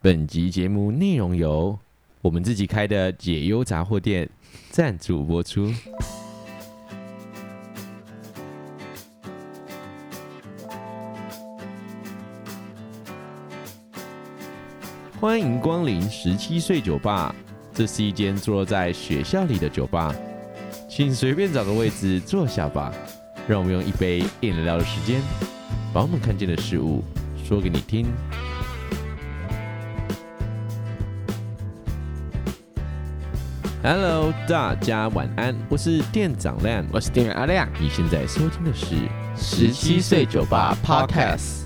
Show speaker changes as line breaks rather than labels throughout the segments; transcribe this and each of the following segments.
本集节目内容由我们自己开的解忧杂货店赞助播出。欢迎光临十七岁酒吧，这是一间坐落在学校里的酒吧，请随便找个位置坐下吧。让我们用一杯饮料的时间，把我们看见的事物说给你听。Hello，大家晚安，我是店长 Lan，
我是店员阿亮。
你现在收听的是
17岁酒吧 Podcast。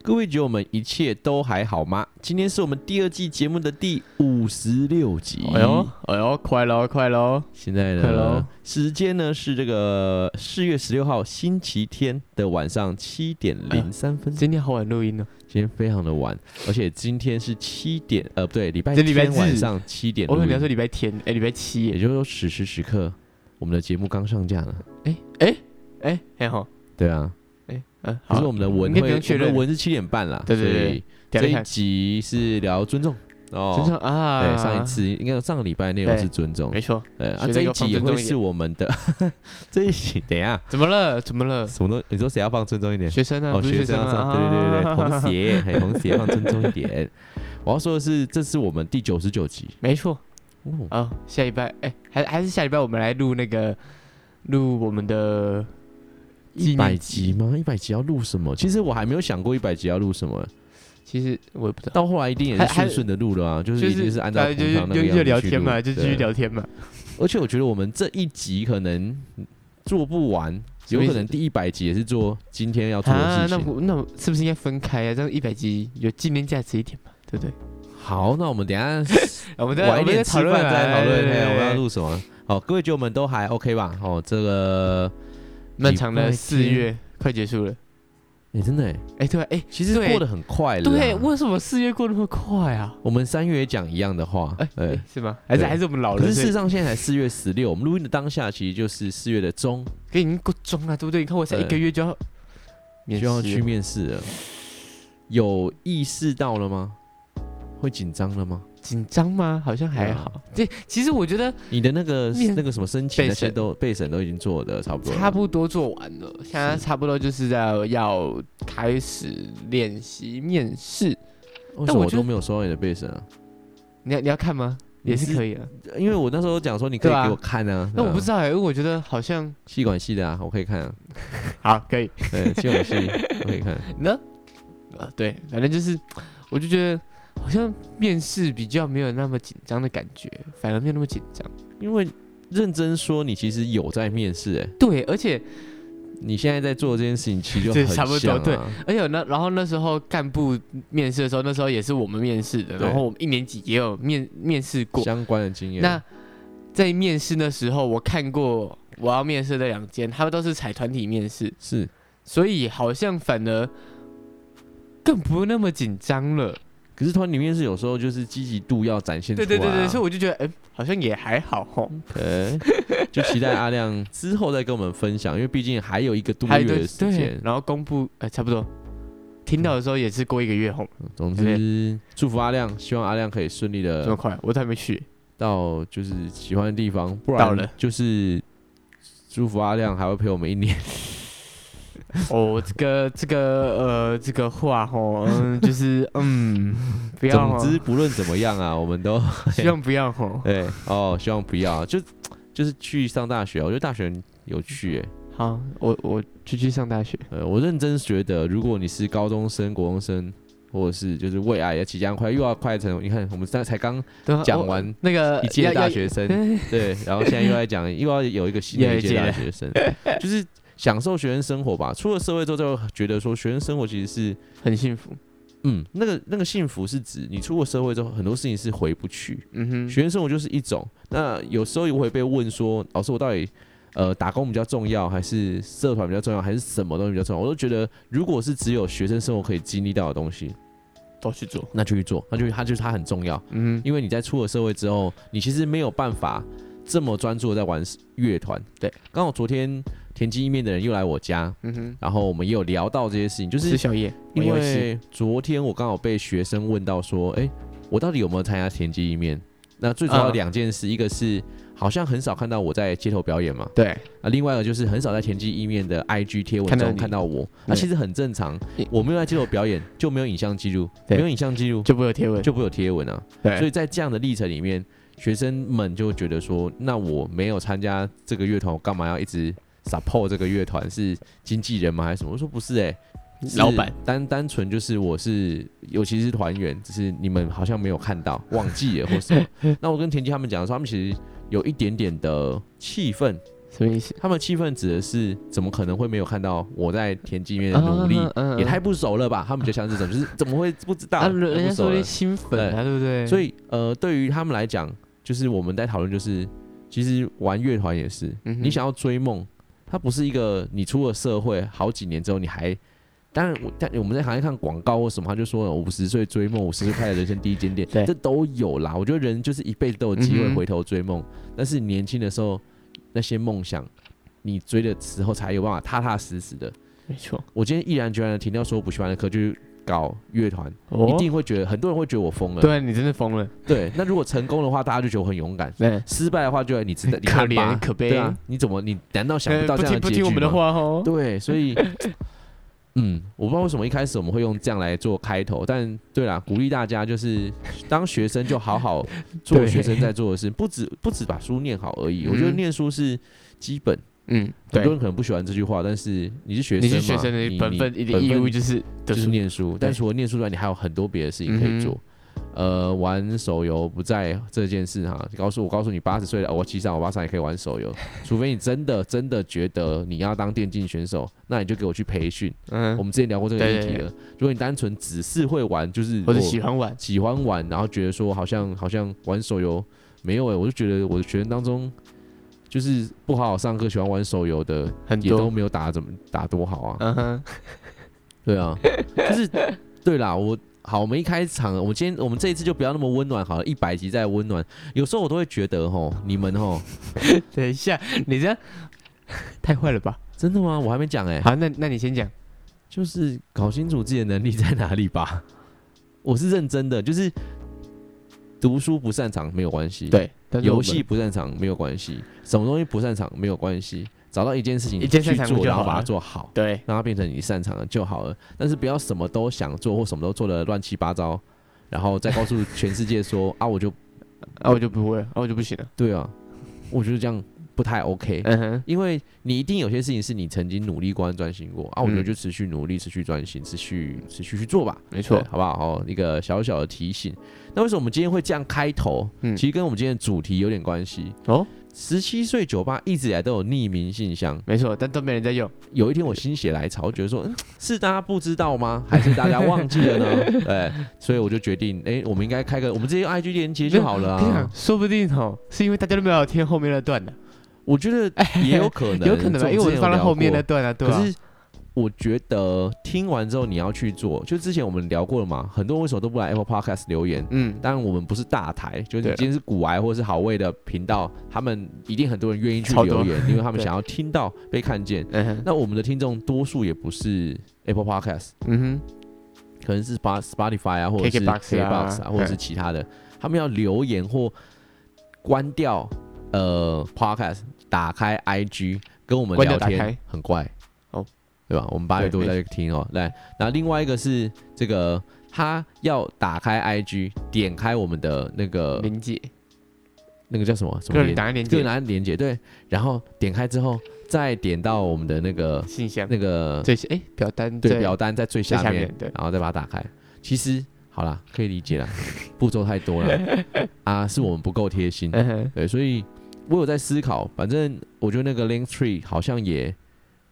各位酒友们，一切都还好吗？今天是我们第二季节目的第五十六集。
哎呦，哎呦，快喽，快喽！
现在
快喽
呢，时间呢是这个四月十六号星期天的晚上七点零三分、
今天好晚录音哦。
今天非常的晚，而且今天是七点，呃，不对，礼拜
今天礼拜
天晚
日
上七点
我
录
跟
音
你要说礼拜天，哎，礼拜七
也
耶，
就是说此时此刻，我们的节目刚上架了。
哎哎哎，还好，
对啊，
哎嗯，
可
好
是我们的文
应该
会，
不用确
我们
认
的文是七点半啦。
对对对
所以
等一
这
下
一集是聊尊重哦，
真的啊，
对，上一次应该上个礼拜的内容
对
是尊重
没，错。
对啊，这
学这
一
个
集
放
也
尊重
会
一点
是我们的 这一集，等一下
怎么了？怎么了？
什么东？你说谁要放尊重一点？
学生啊，
哦，
不是
学生
生
要
啊，
上，对对对对，
啊
红，鞋，嘿红鞋放尊重一点。我要说的是，这是我们第九十九集，
没错
哦，
啊。下礼拜，哎，还还是下礼拜我们来录那个录我们的纪
一百
念
集。吗？一百集要录什么？其实我还没有想过一百集要录什么，
其实我也不知道，
到后来一定也
还
是
还
顺顺的录了啊，就是
就
一定是按照
大家
平
就
常那个
就
样
就
子
聊
去
天嘛，
录
就继
对
续聊天嘛。
而且我觉得我们这一集可能做不完，
什
有
么意思
可能第一百集也是做今天要做
啊
的，事
那
情。
我那我是不是应该分开啊？这样一百集有纪念价值一点嘛，对不对？
好，那我们等一 下
我们再
晚
我
一
们
点
再
吃
讨论啊哎
饭再讨论，
对对
嘿我们
对
要录什么？好，各位酒友们都还 OK 吧？哦，这个
漫长
礼拜
的
天
四月快结束了，
哎、真的哎，
哎，对啊，哎，
其实
对
过得很快了啦。啊
对，啊为什么四月过那么快啊？
我们三月也讲一样的话，
哎
哎、，
哎是吗？还是
对
还是我们老
可
了？
是事
所
实
以
上现在才四月十六，我们录音的当下其实就是四月的中
给你过中啊了，对不对？你看我才
对
一个月就要
就
免
要
试
去面试了，有意识到了吗？会紧张了吗？
紧张吗？好像还
对啊
好。这其实我觉得
你的那个
面
那个什么申请
备
那些
审
都备审都已经做的差不多了，
差不多做完了，现在差不多就是要要开始练习面试。
为什
但
么我
我觉
都
得
没有收到你的备审啊？
你要你要看吗？也是可以的。
因为我那时候讲说你可
对
以
啊
给我看啊，
那
对
我
啊
不知道哎、因为我觉得好像
气管系的啊，我可以看啊，
好可以。
对，气 管系我可以看，
那呃对，反正就是，我就觉得好像面试比较没有那么紧张的感觉，反而没有那么紧张。
因为认真说你其实有在面试哎、
对，而且
你现在在做这件事情其实就
对
很
差不多
像啊
对而且那然后那时候干部面试的时候，那时候也是我们面试的，
对
然后我们一年级也有面面试过。
相关的经验。
那在面试的时候，我看过我要面试的两间，他们都是采团体面试，
是
所以好像反而更不那么紧张了。
可是团里面是有时候就是积极度要展现出
对
来、啊，
对对对，所以我就觉得，哎、好像也还好吼。
对，就期待阿亮之后再跟我们分享，因为毕竟还有一个多
还有
月
一
的
段
时间
对，。然后公布，哎、差不多。听到的时候也是过一个月吼，
总之，祝福阿亮，希望阿亮可以顺利
这
的
么快，我都还没去。
到就是喜欢的地方，不
到
然
了
就是祝福阿亮还会陪我们一年。
哦，这个这个呃，这个话吼，嗯，就是 嗯， 不要
总
吼，
之，不论怎么样 啊，我们都
希望不要吼。
对哦，希望不要就就是去上大学，我觉得大学很有趣耶、
好，我我就去上大学。
呃，我认真觉得，如果你是高中生、国中生，或者是就是未来也即将快又要快成，你看我们才才刚
对啊
讲
我
完
那个
一届
要
大
要
学生，
哎
对，然后现在又在讲又要有一个新
又
的
有
一
一
届
届
大
了
学生，就是享受学生生活吧。出了社会之后，就会觉得说学生生活其实是，
很幸福。
嗯，那个那个幸福是指你出了社会之后，很多事情是回不去，
嗯哼，
学生生活就是一种。那有时候我也被问说，老师，我到底呃打工比较重要，还是社团比较重要，还是什么东西比较重要？我都觉得，如果是只有学生生活可以经历到的东西，
都去做。
那就去做，那就它就是它很重要。
嗯，
因为你在出了社会之后，你其实没有办法这么专注的在玩乐团。
对，
刚好昨天田鸡一面的人又来我家，
嗯哼，
然后我们也有聊到这些事情，就
吃
是
宵夜，玩
因
游戏，
为昨天我刚好被学生问到说，哎、我到底有没有参加田鸡一面？那最主要的
嗯
两件事，一个是好像很少看到我在街头表演嘛，
对，
啊，另外一个就是很少在田鸡一面的 IG 贴文
看到
中
你
看到我，那、
对
其实很正常
你，
我没有在街头表演就没有影像记录，没
对
有影像记录
就不会有贴文，
就不会有贴文啊，所
对，
以在这样的历程里面，学生们就觉得说，那我没有参加这个乐团，我干嘛要一直 support 这个乐团？是经纪人吗？还是什么？我说不是、欸，哎，
老板
单单纯就是我是，尤其是团员，只是你们好像没有看到，忘记了或什 么。那我跟田鸡他们讲说，他们其实有一点点的气愤，
什么意思？
他们气愤指的是怎么可能会没有看到我在田鸡里面的努力？
啊嗯
也太不熟了吧！他们就像这种，就是怎么会不知道？
啊，
太不
人家
熟
说
了
你新粉啊，对不对？
所以呃，对于他们来讲，就是我们在讨论，就是其实玩乐团也是，
嗯哼
你想要追梦，它不是一个你出了社会好几年之后你还。当然，我但我们在行业看广告或什么，他就说了五十岁追梦，五十岁开了人生第一间店
对，
这都有啦。我觉得人就是一辈子都有机
嗯
会
哼
回头追梦，但是年轻的时候那些梦想，你追的时候才有办法踏踏实实的。
没错，
我今天毅然决然的停掉所有补习班的课，就去搞乐团，
哦
一定会觉得很多人会觉得我疯了。
对你真的疯了，
对，那如果成功的话，大家就觉得我很勇敢；
对，
失败的话，就哎会你知道你
可
看吧
怜可悲
对啊，你怎么你难道想
呃
不到
不
这样
听
的
不
结
听我
局
们的
吗？
话哦，
对，所 以嗯，我不知道为什么一开始我们会用这样来做开头，但对啦，鼓励大家就是当学生就好 好做
对
学生在做的事，不止不止把书念好而已。我觉得
嗯
念书是基本，
嗯，
很
对
多，人可能不喜欢这句话，但是你是学
你
生嘛，
是学生
你
的本分一
你
定义
本
务
分
就是
就
就是是
念书，但
对嗯
除了念书之外，你还有很多别的事情可以做。呃，玩手游不在这件事哈，告诉我告诉你，八十岁了，哦我七上我八上也可以玩手游，除非你真的真的觉得你要当电竞选手，那你就给我去培训。
嗯
我，们之前聊过这个
对
议题
对对
了。如果你单纯只是会玩，就是
或者
我
喜欢玩，
喜欢玩，然后觉得说好像好像玩手游没有诶、欸我就觉得我的学生当中就是不好好上课，喜欢玩手游的
很
也都
多，
没有打怎么打多好啊。
嗯哼，
对啊，就是 对啦，我好，我们一开场，我们今天我们这一次就不要那么温暖好了，一百集再温暖。有时候我都会觉得吼，你们吼，
等一下，你这样 太坏了吧？
真的吗？我还没讲哎、
好，那那你先讲，
就是搞清楚自己的能力在哪里吧。我是认真的，就是读书不擅长没有关系，，
对，但是我
游
们
戏不擅长没有关系，什么东西不擅长没有关系，找到一件事情
一件
去
擅长
做，
就
然后
好
把它
了
做好。
对，
让它变成你擅长的就好了。但是不要什么都想做或什么都做的乱七八糟，然后再告诉全世界说啊，我就
啊，我就不会，啊，我就不行了，
对啊， 我觉得这样不太 OK。
嗯哼，
因为你一定有些事情是你曾经努力过、专心过
嗯
啊，我觉得就持续努力、持续专心、持续持续去做吧，
没
对
错，
好不好？哦，一个小小的提醒。那为什么我们今天会这样开头？
嗯
其实跟我们今天的主题有点关系。
哦，
十七岁酒吧一直以来都有匿名信箱，
没错，但都没人在用，
有一天我心血来潮，觉得说，嗯，是大家不知道吗？还是大家忘记了 呢？对，所以我就决定，哎、我们应该开个，我们直接用 IG 连接就好了、
跟你讲
啊。
说不定哦，是因为大家都没有听后面那段的，
我觉得也有可能，
哎有可能
这
啊，因为我是放在后面那
的。
段啊，对吧
可？是我觉得听完之后你要去做，就之前我们聊过了嘛，很多人为什么都不来 Apple Podcast 留言？
嗯，
当然，我们不是大台，就是
对
你今天是古癌或是好味的频道，他们一定很多人愿意去
超
留
多
言，因为他们
对
想要听到被看见。
嗯哼，
那我们的听众多数也不是 Apple Podcast，
嗯
可能是 Spa- Spotify 啊，或者是
KKBOX 啊
KKBOX 啊，或者是其他的，他们要留言或关掉呃 Podcast，打开 IG 跟我们聊
关掉打
天
开，
很怪
哦，
对吧？我们八月多再去听哦。来，然后另外一个是这个，他要打开 IG，点开我们的那
哼，
个
林姐，
那个叫什么什
个
么
人
连
档案连
个
接
人，按连接对，然后点开之后再点到我们的那个
信箱，
那个
这些哎表单
对
在
表单在最
在
下
下
面
面，对，
然后再把它打开。其实好啦，可以理解啦， 步骤太多了啊，是我们不够贴 心。
嗯哼，
对，所以我有在思考，反正我觉得那个 Link Tree 好像也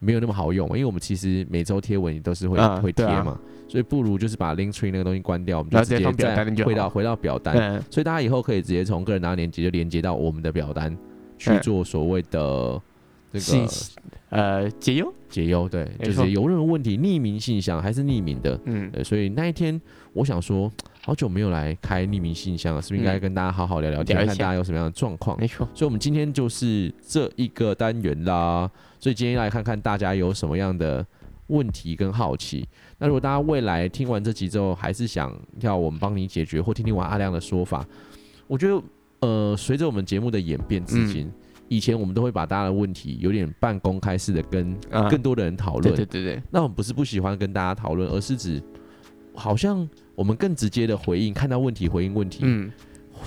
没有那么好用，因为我们其实每周贴文也都是会、
啊
会贴
对啊
嘛，所以不如就是把 Link Tree 那个东西关掉，我们就
然后
直
直接
接
放表
再
单就
回
好
到回到表单。
嗯，
所以大家以后可以直接从个人拿连接就连接到我们的表单去
嗯
做所谓的这
信
个
息呃解忧，
解忧，对，
没
就
错
是有任何问题，匿名信箱还是匿名的。
嗯，
对，所以那一天我想说，好久没有来开匿名信箱了，是不是应该
嗯
跟大家好好聊聊天，
聊一
看
下
大家有什么样的状况？
没错，
所以，我们今天就是这一个单元啦。所以，今天来看看大家有什么样的问题跟好奇。那如果大家未来听完这集之后，还是想要我们帮你解决，或听听完阿亮的说法，我觉得，呃，随着我们节目的演变至
嗯
今，以前我们都会把大家的问题有点半公开式的跟
啊
更多的人讨
对
论。
对对对，
那我们不是不喜欢跟大家讨论，而是指好像我们更直接的回应，看到问题回应问题，
嗯，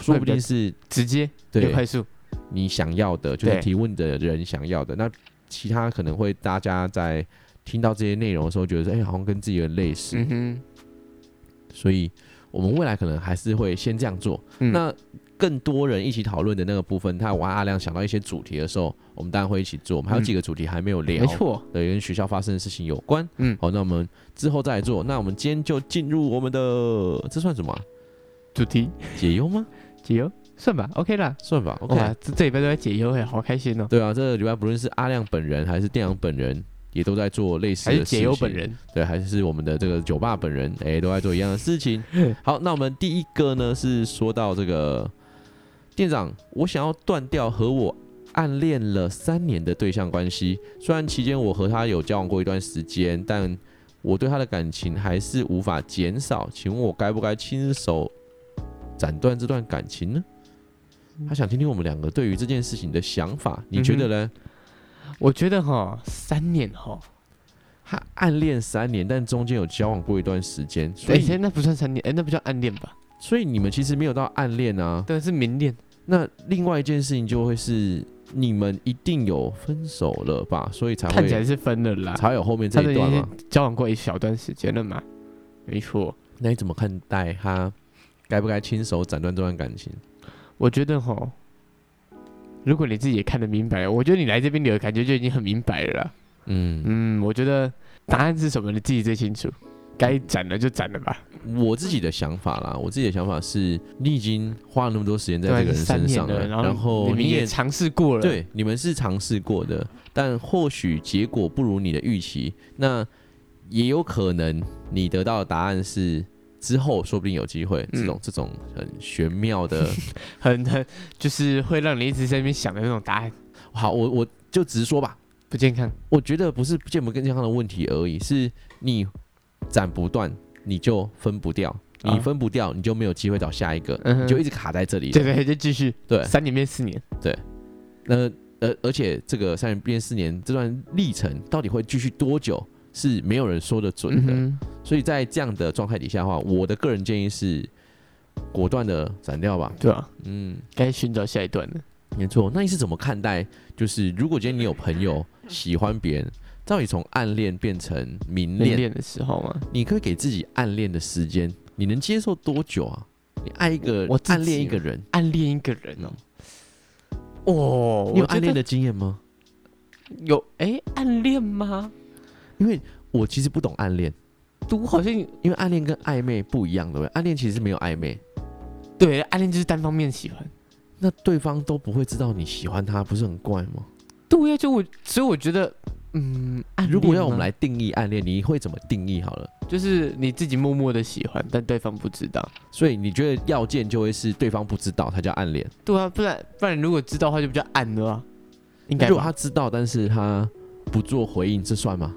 说不定是
直接又
对
快速，
你想要的，就是
对
提问的人想要的。那其他可能会大家在听到这些内容的时候，觉得说，哎、好像跟自己有点类似，
嗯哼，
所以我们未来可能还是会先这样做。
嗯
那更多人一起讨论的那个部分，他我和阿亮想到一些主题的时候，我们当然会一起做。我们还有
嗯
几个主题还没有聊，
没错，
对，跟学校发生的事情有关。
嗯
好，那我们之后再来做。那我们今天就进入我们的，这算什么啊、
主题
解忧吗？
解忧算吧，OK 啦。
算吧，OK。
哇，这这礼拜都在解忧哎，好开心哦！
对啊，这个礼拜不论是阿亮本人还是店长本人，也都在做类似
还
的事
是
情。
解忧本，人，
对，还是我们的这个酒吧本人，哎、都在做一样的事情。好，那我们第一个呢是说到这个店长，我想要断掉和我暗恋了三年的对象关系，虽然期间我和他有交往过一段时间，但我对他的感情还是无法减少，请问我该不该亲手斩断这段感情呢？他想听听我们两个对于这件事情的想法，你觉得呢？
我觉得哈，三年哈，
他暗恋三年，但中间有交往过一段时间，所
哎，
以、
其实那不算三年，哎，那不叫暗恋吧？
所以你们其实没有到暗恋啊。
对，是明恋。
那另外一件事情就会是你们一定有分手了吧，所以才
看起来
会
是分了啦，
才有后面这
他们
一
已
段嘛
经。交往过一小段时间了嘛，没错。
那你怎么看待他该不该亲手斩断这段感情？
我觉得哈，如果你自己也看得明白，我觉得你来这边留的感觉就已经很明白了啦。
嗯，
嗯，我觉得答案是什么你自己最清楚，该斩了就斩了吧。
我自己的想法啦，我自己的想法是，你已经花了那么多时间在
对啊
这个人
三
身
年
上
了，
然后
你们
你
也
也
尝试过了，，
对你们是尝试过的，但或许结果不如你的预期，那也有可能你得到的答案是。之后说不定有机会，这
嗯
种、这种很玄妙 的
很很就是会让你一直在那边想的那种答案
好，我我就直说吧，
不健康。
我觉得不是健不健康的问题而已，是你斩不断，你就分不掉，
啊
你分不掉，你就没有机会找下一个，
嗯哼
你就一直卡在这里了。
对对，就继续
对
三年变四年，
那呃，而且这个三年变四年这段历程到底会继续多久，是没有人说得准的。
嗯哼，
所以在这样的状态底下的话，我的个人建议是果断的斩掉吧。
对啊，
嗯，
该寻找下一段了。
没错，那你是怎么看待？就是如果今天你有朋友喜欢别人，到底从暗恋变成明
恋
恋，
恋的时候嘛，
你可以给自己暗恋的时间，你能接受多久啊？你爱一个，
我自己
暗恋一个人，
暗恋一个人哦。哦，
你有
我觉
暗恋
得
的经验吗？
有哎，暗恋吗？
因为我其实不懂暗恋，
我好像
因为暗恋跟暧昧不一样的，暗恋其实是没有暧昧，
对暗恋就是单方面喜欢。
那对方都不会知道你喜欢他，不是很怪吗？
对呀、就我，所以我觉得，嗯，暗恋
如果要我们
吗
来，定义暗恋，你会怎么定义好了？
就是你自己默默的喜欢，但对方不知道。
所以你觉得要件就会是对方不知道，才叫暗恋。
对啊，不然不然如果知道的话就比较暗了啊，应该
如果
吧
他？知道，但是他不做回应，这算吗？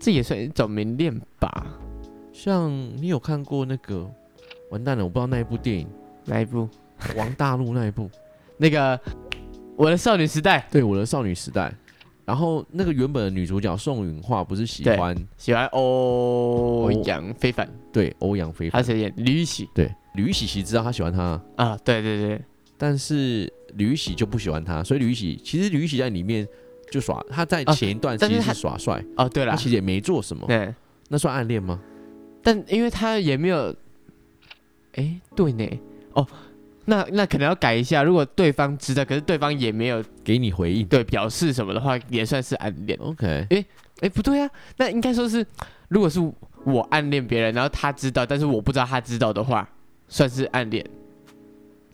这也算一种明恋吧？
像你有看过那个？完蛋了，我不知道那一部电影，
哪一部？
王大陆那一部，
那个我的少女时代
对，我的少女时代。然后那个原本的女主角宋允桦不是喜欢
喜欢欧
哦
阳非凡，
对欧阳菲
他
菲，
谁演？吕玉玺
对吕喜喜知道她喜欢他，
啊？对对对，
但是吕喜就不喜欢他，所以吕喜其实吕喜在里面就耍，他在
啊
前一段其
但是
实
她
哦是耍帅，
哦对
他
了
其，实也没做什么，
对，
那算暗恋吗？
但因为他也没有，哎，对呢，哦，那那可能要改一下，如果对方知道，可是对方也没有
给你回应
对表示什么的话，也算是暗恋。
，OK，
哎，不对啊，那应该说是，如果是我暗恋别人，然后他知道，但是我不知道他知道的话，算是暗恋。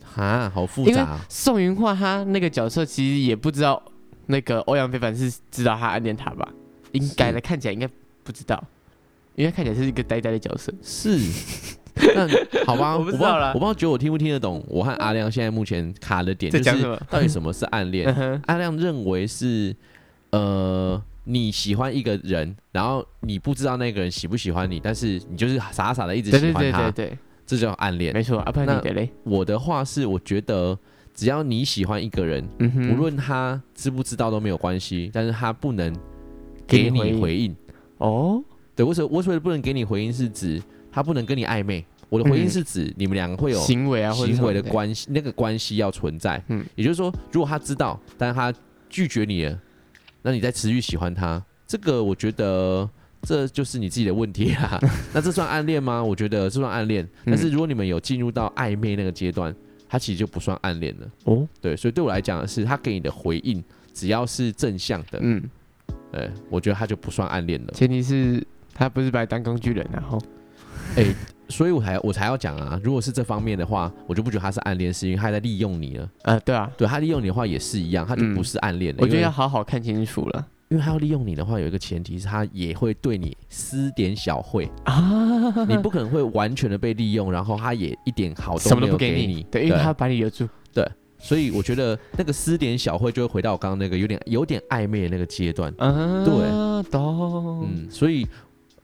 哈，好复
因为
杂啊、
宋云桦她那个角色其实也不知道那个欧阳非凡是知道他暗恋他吧？应该的，看起来应该不知道，因为他看起来是一个呆呆的角色。
是， 那好吧，
我
我
不
不
知
知
道
道
啦
我不知道觉得我听不听得懂。我和阿亮现在目前卡的点
在
就
讲什
是
么
到底什么是暗恋
嗯？哼，
阿亮认为是呃，你喜欢一个人，然后你不知道那个人喜不喜欢你，但是你就是傻傻的一直
对对
喜欢
对
他
对，对，
这叫暗恋。
没错，啊，不然
那
你的嘞，
我的话是，我觉得只要你喜欢一个人，
嗯哼，
无论他知不知道都没有关系，但是他不能
给
给
你
你
回应
回应。
哦，
对，我所我所谓的不能给你回应，是指他不能跟你暧昧。我的回
嗯
应是指你们两个会有
行为啊，或者
行为的
关，
关系，那个关系要存在。
嗯
嗯，也就是说，如果他知道，但是他拒绝你了，那你再持续喜欢他，这个我觉得这就是你自己的问题 啊。那这算暗恋吗？我觉得这算暗恋，
嗯
但是如果你们有进入到暧昧那个阶段，他其实就不算暗恋了。
哦，
对，所以对我来讲是，他给你的回应只要是正向的，
嗯，
呃、我觉得他就不算暗恋了。
前提是他不是把你当工具人啊，然后
所以我才我才要讲啊，如果是这方面的话，我就不觉得他是暗恋，是因为他在利用你了。
啊，对啊，
对他利用你的话也是一样，他就
嗯
不是暗恋了。
我觉得
因
要
为
好好看清楚了
因为他要利用你的话，有一个前提是他也会对你施点小惠，
啊，
你不可能会完全的被利用，然后他也一点好
什
都
么
没
都不
有
给
你。
对，因为他把你留住，
所以我觉得那个施点小惠就会回到我刚刚那个有点有点暧昧的那个阶段。
嗯，
对，
懂
嗯，所以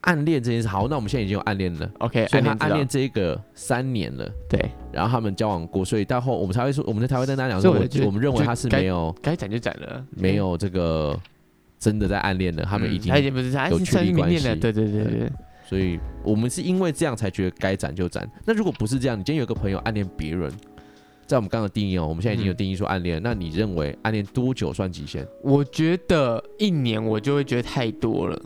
暗恋这件事，好，那我们现在已经有暗恋了，
，OK，
所以他
暗恋
暗
暗
恋
恋，
这个三年了。
对，
然后他们交往过，所以到后我们才会说，我们才会跟大家讲
所
说，
以我
我
觉得
我们认为他是
该
没有
该斩就斩了，嗯
没有这个真的在暗恋的，他们已经
他已经不是他
有
是
距
生
离
命
关
恋了，
系
对对对对，
所
嗯
以我们是因为这样才觉得该斩就斩。那如果不是这样，你今天有个朋友暗恋别人，在我们刚刚的定义哦，我们现在已经有
嗯
定义说暗恋了，那你认为暗恋多久算极限？
我觉得一年我就会觉得太多了，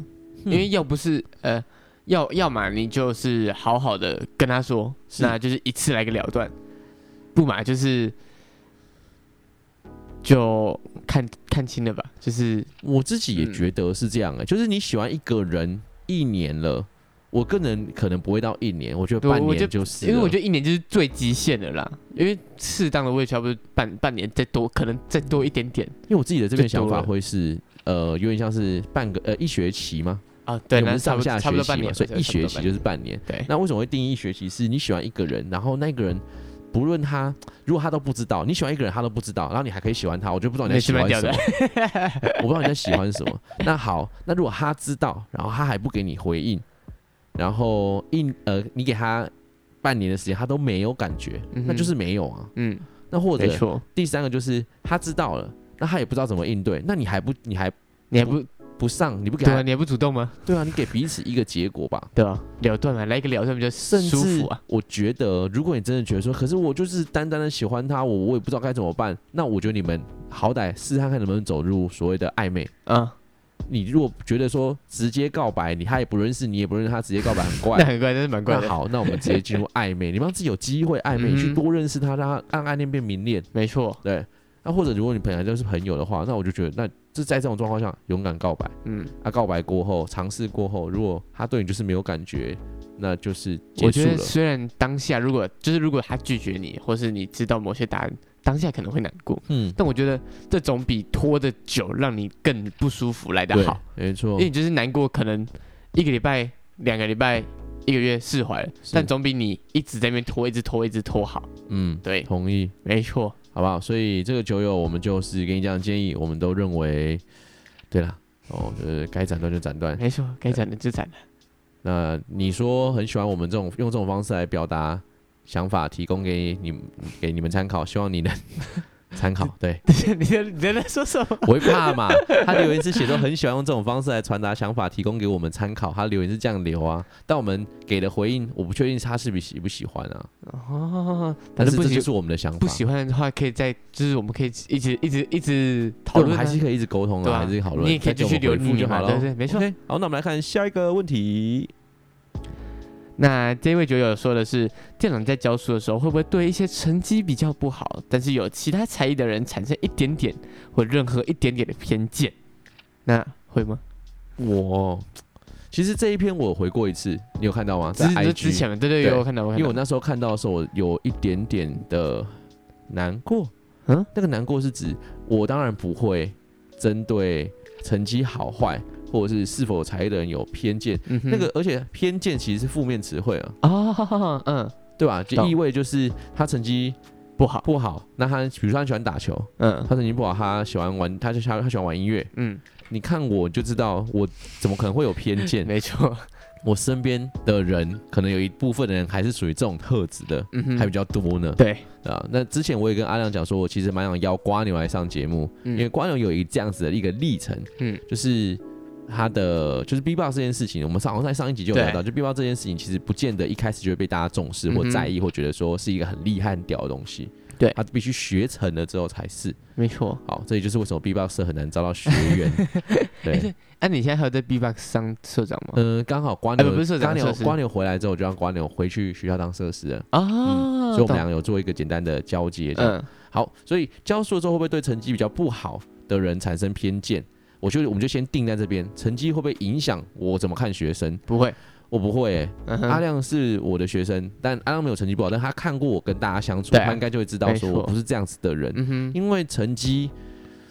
因为要不是呃，要要么你就是好好的跟他说，
是
那就是一次来个了断；不嘛就是就看看清了吧，就是
我自己也觉得是这样哎、就是你喜欢一个人一年了，我个人可能不会到一年，我觉得
对
半
我就
年就是
因为我觉
得
得一年就是最极限的啦，因为适当的位置要不是半半年再多，可能再多一点点
因为我自己的这边想
最多
法
了
会是呃，有点像是半个呃一学期嘛，
啊，对，
因为我
那
们是上
差不多
下
差
学
不多
期
半年
嘛，
吧，
所以一学期就是是半年。
对，
那为什么会定义一学期？是你喜欢一个人，然后那个人不论他，如果他都不知道，你喜欢一个人他都不知道，然后你还可以喜欢他，我就不知道你在
那
喜
是
欢
蛮屌
什
的
么，，我不知道你在喜欢什么。那好，那如果他知道，然后他还不给你回应，然后一呃，你给他半年的时间，他都没有感觉，
嗯哼
那就是没有啊。
嗯，
那或
没
者
错，
第三个就是他知道了，那他也不知道怎么应对，那你还不你还
你还不
不上，你不给
对啊，
他，
你还不主动吗？
对啊，你给彼此一个结果吧。
对啊，了断嘛，来一个了断比较
甚
舒
至
服啊。
我觉得，如果你真的觉得说，可是我就是单单的喜欢他，我我也不知道该怎么办，那我觉得你们好歹试探看能不能走入所谓的暧昧。
嗯，
你如果觉得说直接告白，你他也不认识你，也不认识他，直接告白很
那
怪。
很怪，真是蛮怪
那
的。，
好，那我们直接进入暧昧，你们让自己有机会暧昧，
嗯
你去多认识他，让他让暗恋变明恋。
没错，
对，那或者如果你本来就是朋友的话，那我就觉得，那这在这种状况下，勇敢告白。
嗯，
啊，告白过后，尝试过后，如果他对你就是没有感觉，那就是结束
我觉得
了。
虽然当下如果就是如果他拒绝你，或是你知道某些答案，当下可能会难过，
嗯，
但我觉得这总比拖得久让你更不舒服来得
对
好，，
没
因
错
为。你就是难过，可能一个礼拜、两个礼拜、一个月释怀了，
是
但总比你一直在那边拖、一直拖、一直拖好。
嗯，
对，
同意，
没错，
好不好？所以这个酒友，我们就是给你这样的建议，我们都认为，嗯对啦，哦，就是该斩断就斩断。
没错，该斩的就斩了。
那你说很喜欢我们这种用这种方式来表达想法，提供给你给你们参考，希望你能 参考。对，
你在你在说什么？
我会怕嘛？他留言是写说很喜欢用这种方式来传达想法，提供给我们参考。他留言是这样留啊，但我们给的回应，我不确定他是不是喜不喜欢啊。
哦，
但是
不
这
行
就。是我们的想法，
不喜欢的话，可以再就是我们可以一直一直一直讨
对，我们
论啊，
还是可以一直沟通
对
啊，
啊
还是讨论。
你也可以继续
再给我们回复
留
就
你嘛
好了。
对对没错
OK，好，那我们来看下一个问题。
那这位酒友说的是，店长在教书的时候，会不会对一些成绩比较不好，但是有其他才艺的人产生一点点或任何一点点的偏见？那会吗？
我其实这一篇我回过一次，你有看到吗？
只
在
是你
IG，
说之前嘛，对对，
对
有我看到，我
因
看
为
到。
我那时候看到的时候，我有一点点的难过。
嗯，
那个难过是指我当然不会针对成绩好坏，或者是是否有才艺的人有偏见。
嗯哼
那个，而且偏见其实是负面词汇啊，
哦，嗯，
对吧？就
懂
意味就是他成绩
不好，
不好，那他比如说他喜欢打球，
嗯
他成绩不好，他喜欢玩，他就他他喜欢玩音乐。
嗯，
你看我就知道，我怎么可能会有偏见？
没错，
我身边的人可能有一部分的人还是属于这种特质的，
嗯哼，
还比较多呢。
对，
啊，那之前我也跟阿亮讲说，我其实蛮想邀瓜牛来上节目，
嗯
因为瓜牛有一个这样子的一个历程，
嗯
就是他的就是 B box 这件事情，我们上好像在上一集就有
对
聊到，就 B box 这件事情，其实不见得一开始就会被大家重视或
嗯哼
在意，或觉得说是一个很厉害很屌的东西，
对
他必须学成了之后才是。
没错。
好，这也就是为什么 B box 社很难招到学员。 对，
哎、你现在还有在 B-box 上社长吗？
嗯，刚好瓜
哎
牛
不是社长
瓜牛
社师
瓜牛回来之后，我就让瓜牛回去学校当社师了，
啊，
呃嗯所以我们
懂
两个有做一个简单的交接，这样。
嗯
好，所以教书的时候会不会对成绩比较不好的人产生偏见？我觉得我们就先定在这边，成绩会不会影响我怎么看学生？
不会，
我不会、欸，
嗯
阿
哼，
亮是我的学生，但阿亮没有成绩不好，但他看过我跟大家相处，
对啊
他应该就会知道
没
说
错
我不是这样子的人。
嗯哼，
因为成绩，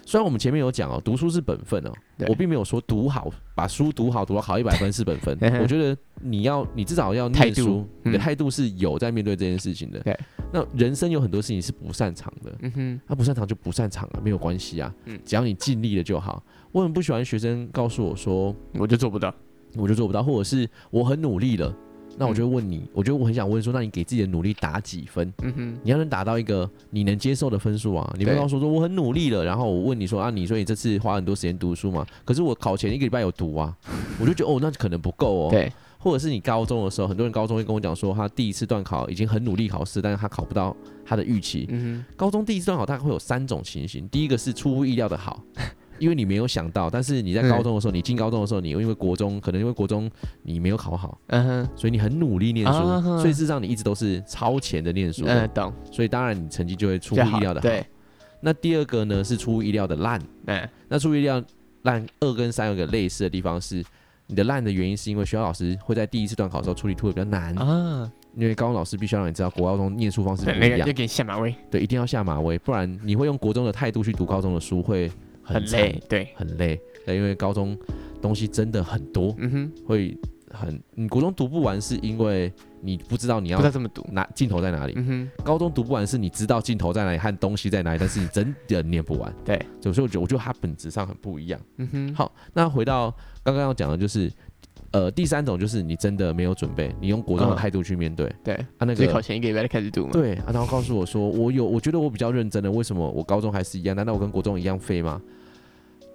虽然我们前面有讲哦、读书是本分哦、
对
我并没有说读好，把书读好，读到考一百分是本分
嗯。哼
我觉得你要，你至少要
态
念
度
书，你的
嗯
态度是有在面对这件事情的。
对，
那人生有很多事情是不擅长的，
嗯哼，
他不擅长就不擅长啊，没有关系啊，
嗯
只要你尽力了就好。我很不喜欢学生告诉我说
我就做不到。
我就做不到，或者是我很努力了，那我就会问你，我觉得我很想问说，那你给自己的努力打几分？
嗯哼，
你要能达到一个你能接受的分数啊！你不要
对
告诉我说我很努力了，然后我问你说啊，你说你这次花很多时间读书嘛？可是我考前一个礼拜有读 啊，我就觉得哦，那可能不够哦。
对，
或者是你高中的时候，很多人高中会跟我讲说，他第一次段考已经很努力考试，但是他考不到他的预期，
嗯
高中第一次段考大概会有三种情形，第一个是出乎意料的 好，因为你没有想到，但是你在高中的时候，你进高中的时候，你因为国中可能因为国中你没有考好，
哼，嗯哼，
所以你很努力念书，
啊哈
所以事实上你一直都是超前的念书，
嗯，懂，
所以当然你成绩就会出
就
乎
好
意料的好。
对，
那第二个呢是出乎意料的烂，
嗯，
那出乎意料烂二跟三有个类似的地方是。你的烂的原因是因为学校老师会在第一次段考的时候处理突的比较难，
啊，
因为高中老师必须要让你知道国高中念书方式不
对
一
那
样
个，就给你下马威，
对，一定要下马威，不然你会用国中的态度去读高中的书，会
很
惨
累，，对，
很累。对，因为高中东西真的很多，
嗯哼，
会很你国中读不完，是因为你不知道你
不
要
知道这么读，
拿镜头在哪里。
嗯哼，
高中读不完，是你知道镜头在哪里和东西在哪里，但是你真的念不完。
对，
所以我觉得我觉得它本质上很不一样。
嗯哼，
好，那回到刚刚要讲的就是。呃，第三种就是你真的没有准备，你用国中的
嗯
态度去面对、啊，
对，
那个
所以考前一个礼拜就开始读嘛，
对、啊，然后告诉我说，我有，我觉得我比较认真的，为什么我高中还是一样？难道我跟国中一样废吗？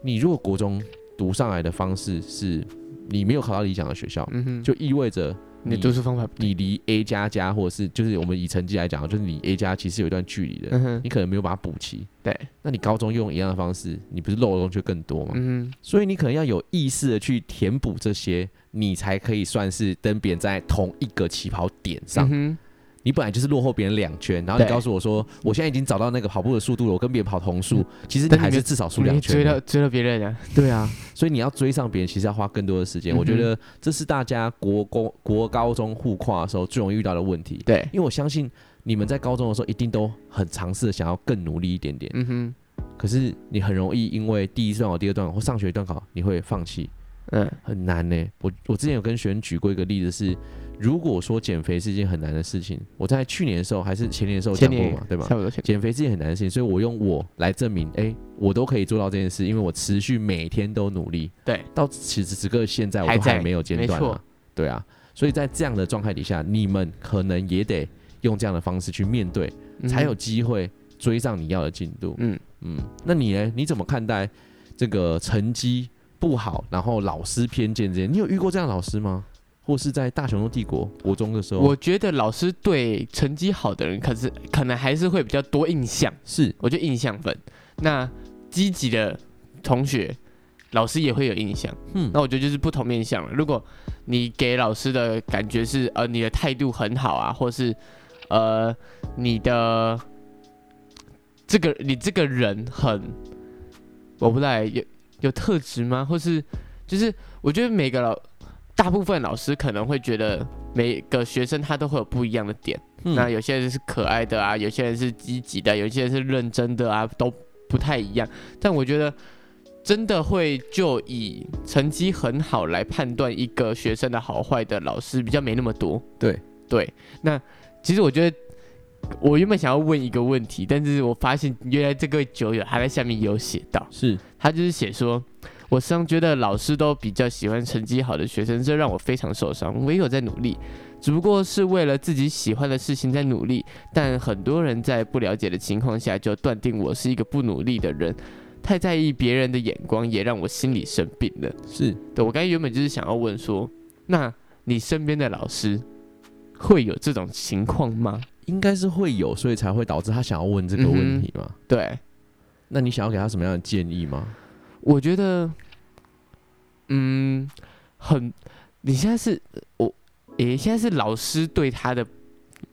你如果国中读上来的方式是你没有考到理想的学校，
嗯哼，
就意味着
你
你
读书方法不对，
你离 A 加加，或者是就是我们以成绩来讲，就是你 A 加其实有一段距离的，
嗯哼
你，可能没有把它补齐。
对，
那你高中用一样的方式，你不是漏的东西就更多吗？
嗯
所以你可能要有意识的去填补这些，你才可以算是跟别人在同一个起跑点
哼，
上
嗯。哼，
你本来就是落后别人两圈，然后你
对
告诉我说，我现在已经找到那个跑步的速度了，我跟别人跑同速，其实你
但你
还
没
是
有
至少输两
嗯你
圈
追
的。
到追到别人啊，
对啊，所以你要追上别人，其实要花更多的时间。我觉
嗯哼
得这是大家国高国高中互跨的时候最容易遇到的问题，
对，
因为我相信你们在高中的时候一定都很尝试地想要更努力一点点，
嗯哼，
可是你很容易因为第一段考、第二段考或上学一段考，你会放弃，
嗯，
很难呢、我我之前有跟学员举过一个例子是。如果说减肥是一件很难的事情，我在去年的时候还是前年的时候
前
讲过
年
嘛，对吧？
差不多前
减肥是一件很难的事情，所以我用我来证明，哎、我都可以做到这件事，因为我持续每天都努力，
对，
到此时此刻现在我
还
都还
在
没有间断、
没
啊
错，
对啊，所以在这样的状态底下，你们可能也得用这样的方式去面对，
年
才有，机会追上你要的进度。
嗯
嗯，那你呢？你怎么看待这个成绩不好，然后老师偏见这些？你有遇过这样的老师吗？或是在大雄的帝国国中的时候，
我觉得老师对成绩好的人，可是可能还是会比较多印象，
是
我觉得印象分。那积极的同学，老师也会有印象。
嗯
那我觉得就是不同面向了。如果你给老师的感觉是呃你的态度很好啊，或是呃你的这个你这个人很，我不知道欸有有特质吗？或是就是我觉得每个老大部分老师可能会觉得每个学生他都会有不一样的点。那
嗯
有些人是可爱的啊，有些人是积极的，有些人是认真的啊，都不太一样。但我觉得真的会就以成绩很好来判断一个学生的好坏的老师比较没那么多。
对
对，那其实我觉得。我原本想要问一个问题，但是我发现原来这个酒友他在下面有写到，
是
他就是写说，我时常觉得老师都比较喜欢成绩好的学生，这让我非常受伤。我也有在努力，只不过是为了自己喜欢的事情在努力，但很多人在不了解的情况下就断定我是一个不努力的人，太在意别人的眼光，也让我心里生病了。
是，
对我刚才原本就是想要问说，那你身边的老师会有这种情况吗？
应该是会有，所以才会导致他想要问这个问
嗯
题嘛。
对。
那你想要给他什么样的建议吗？
我觉得，嗯，很，你现在是我，诶、现在是老师对他的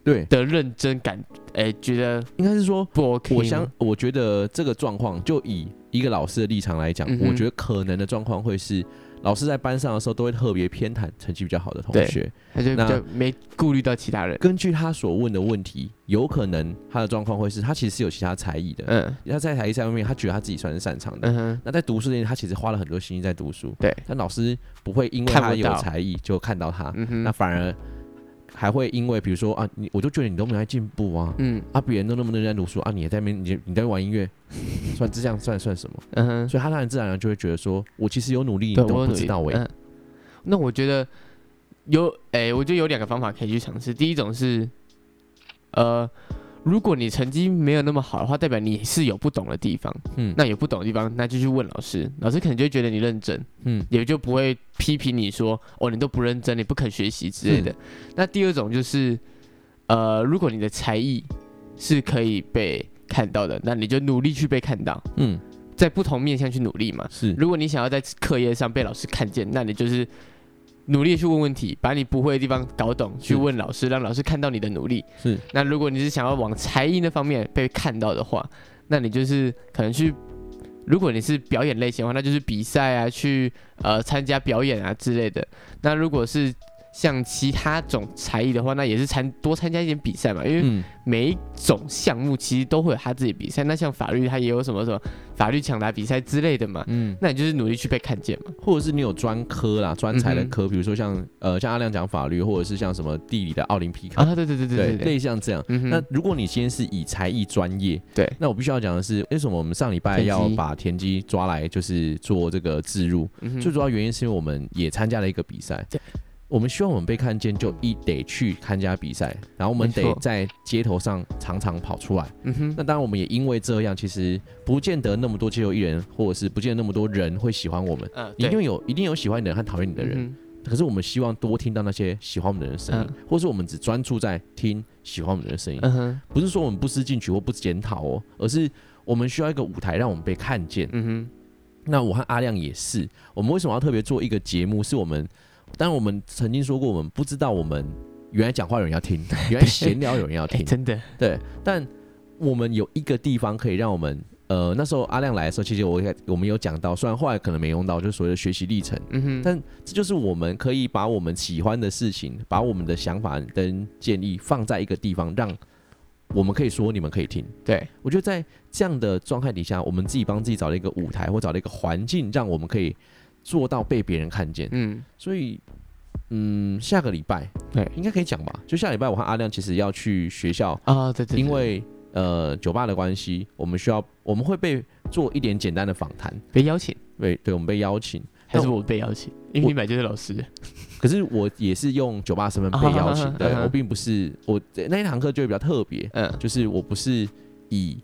对，
的认真感，诶、觉得
应该是说，
不 OK 吗。
我想，我觉得这个状况，就以一个老师的立场来讲，
嗯哼
我觉得可能的状况会是，老师在班上的时候都会特别偏袒成绩比较好的同
对
学。
他就比
那
较没顾虑到其他人。
根据他所问的问题，有可能他的状况会是，他其实是有其他才艺的。
嗯
他在才艺上面，他觉得他自己算是擅长的。
嗯哼，
那在读书这件事，他其实花了很多心力在读书。
对，
但老师不会因为
看不
他有
到
才艺就看到他，
嗯
那
哼，
反而还会因为比如说啊，你我就觉得你都没有在进步啊，
嗯
啊，别人都那么认真在读书啊，你也在那边，你你在玩音乐，算这样算算什么？
嗯哼，
所以他当然自然而然就会觉得说，我其实有努力，你
对
都
我有
不
努
知
力
道喂、
嗯，那我觉得有，诶、我觉得有两个方法可以去尝试。第一种是，呃，如果你成绩没有那么好的话，代表你是有不懂的地方。
嗯，
那有不懂的地方，那就去问老师，老师可能就会觉得你认真，
嗯
也就不会批评你说哦你都不认真，你不肯学习之类的。那第二种就是，呃，如果你的才艺是可以被看到的，那你就努力去被看到，
嗯
在不同面向去努力嘛。
是
如果你想要在课业上被老师看见，那你就是努力去问问题，把你不会的地方搞懂，去
是
问老师，让老师看到你的努力。
是
那如果你是想要往才艺那方面被看到的话，那你就是可能去，如果你是表演类型的话，那就是比赛啊，去呃参加表演啊之类的。那如果是像其他种才艺的话，那也是参多参加一点比赛嘛，因为
嗯
每一种项目其实都会有他自己的比赛。那像法律，它也有什么什么法律抢答比赛之类的嘛。
嗯，
那你就是努力去被看见嘛。
或者是你有专科啦、专才
嗯
的科，比如说像呃像阿亮讲法律，或者是像什么地理的奥林匹克，
啊，对对对对对对，
类似像这样。
嗯哼
那如果你今天是以才艺专业，
对
那我必须要讲的是，为什么我们上礼拜
田鸡
要把田鸡抓来，就是做这个置入？
嗯哼
最主要原因是因为我们也参加了一个比赛
对，
我们希望我们被看见，就一得去参加比赛，然后我们
没
得
错
在街头上常常跑出来。
嗯哼，
那当然，我们也因为这样，其实不见得那么多街头艺人，或者是不见得那么多人会喜欢我们。
嗯，
一
对
定有一定有喜欢你的人和讨厌你的人，，
嗯
可是我们希望多听到那些喜欢我们的人的声音，或是我们只专注在听喜欢我们的人的声音，
哼嗯哼，
不是说我们不思进取或不检讨哦，而是我们需要一个舞台让我们被看见。
嗯哼，
那我和阿亮也是，我们为什么要特别做一个节目？是我们，当然我们曾经说过，我们不知道我们原来讲话有人要听，原来闲聊有人要
哎，
听，
真的，
对，但我们有一个地方可以让我们。呃，那时候阿亮来的时候，其实我也我们有讲到，虽然后来可能没用到，就是所谓的学习历程，
嗯哼，
但这就是我们可以把我们喜欢的事情，把我们的想法跟建议放在一个地方，让我们可以说，你们可以听。
对，
我觉得在这样的状态底下，我们自己帮自己找了一个舞台，或找了一个环境，让我们可以做到被别人看见。
嗯，
所以，嗯，下个礼拜
对
应该可以讲吧？就下礼拜，我和阿亮其实要去学校，
啊，对对，对
因为呃酒吧的关系，我们需要我们会被做一点简单的访谈。
被邀请，
对，对我们被邀请，
还是我被邀请，因为你本来就是老师，
可是我也是用酒吧身份 被邀请
啊哈哈哈
对
啊哈
我并不是我那一堂课就会比较特别，
嗯
就是我不是以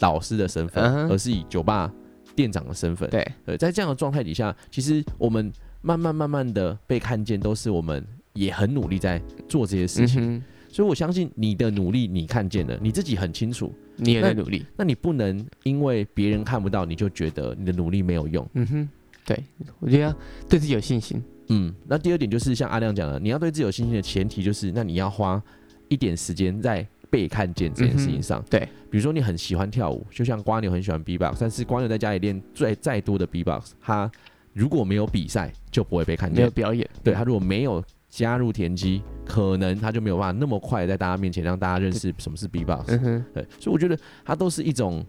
老师的身份
嗯哼
而是以酒吧店长的身份。
对，
对，在这样的状态底下，其实我们慢慢慢慢的被看见，都是我们也很努力在做这些事
嗯
情。
哼，
所以我相信你的努力，你看见了，你自己很清楚。
你也
那
在努力，
那你不能因为别人看不到，你就觉得你的努力没有用。
嗯哼，对，我觉得要对自己有信心，
嗯，那第二点就是像阿亮讲的，你要对自己有信心的前提就是，那你要花一点时间在被看见这件事情上。
嗯对，
比如说你很喜欢跳舞，就像瓜牛很喜欢 B-box，但是瓜牛在家里练再再多的 B-box，他如果没有比赛就不会被看
没有
见。
表演，
对他如果没有加入田鸡，可能他就没有办法那么快在大家面前让大家认识什么是 B-box。
嗯哼，
对，所以我觉得它都是一种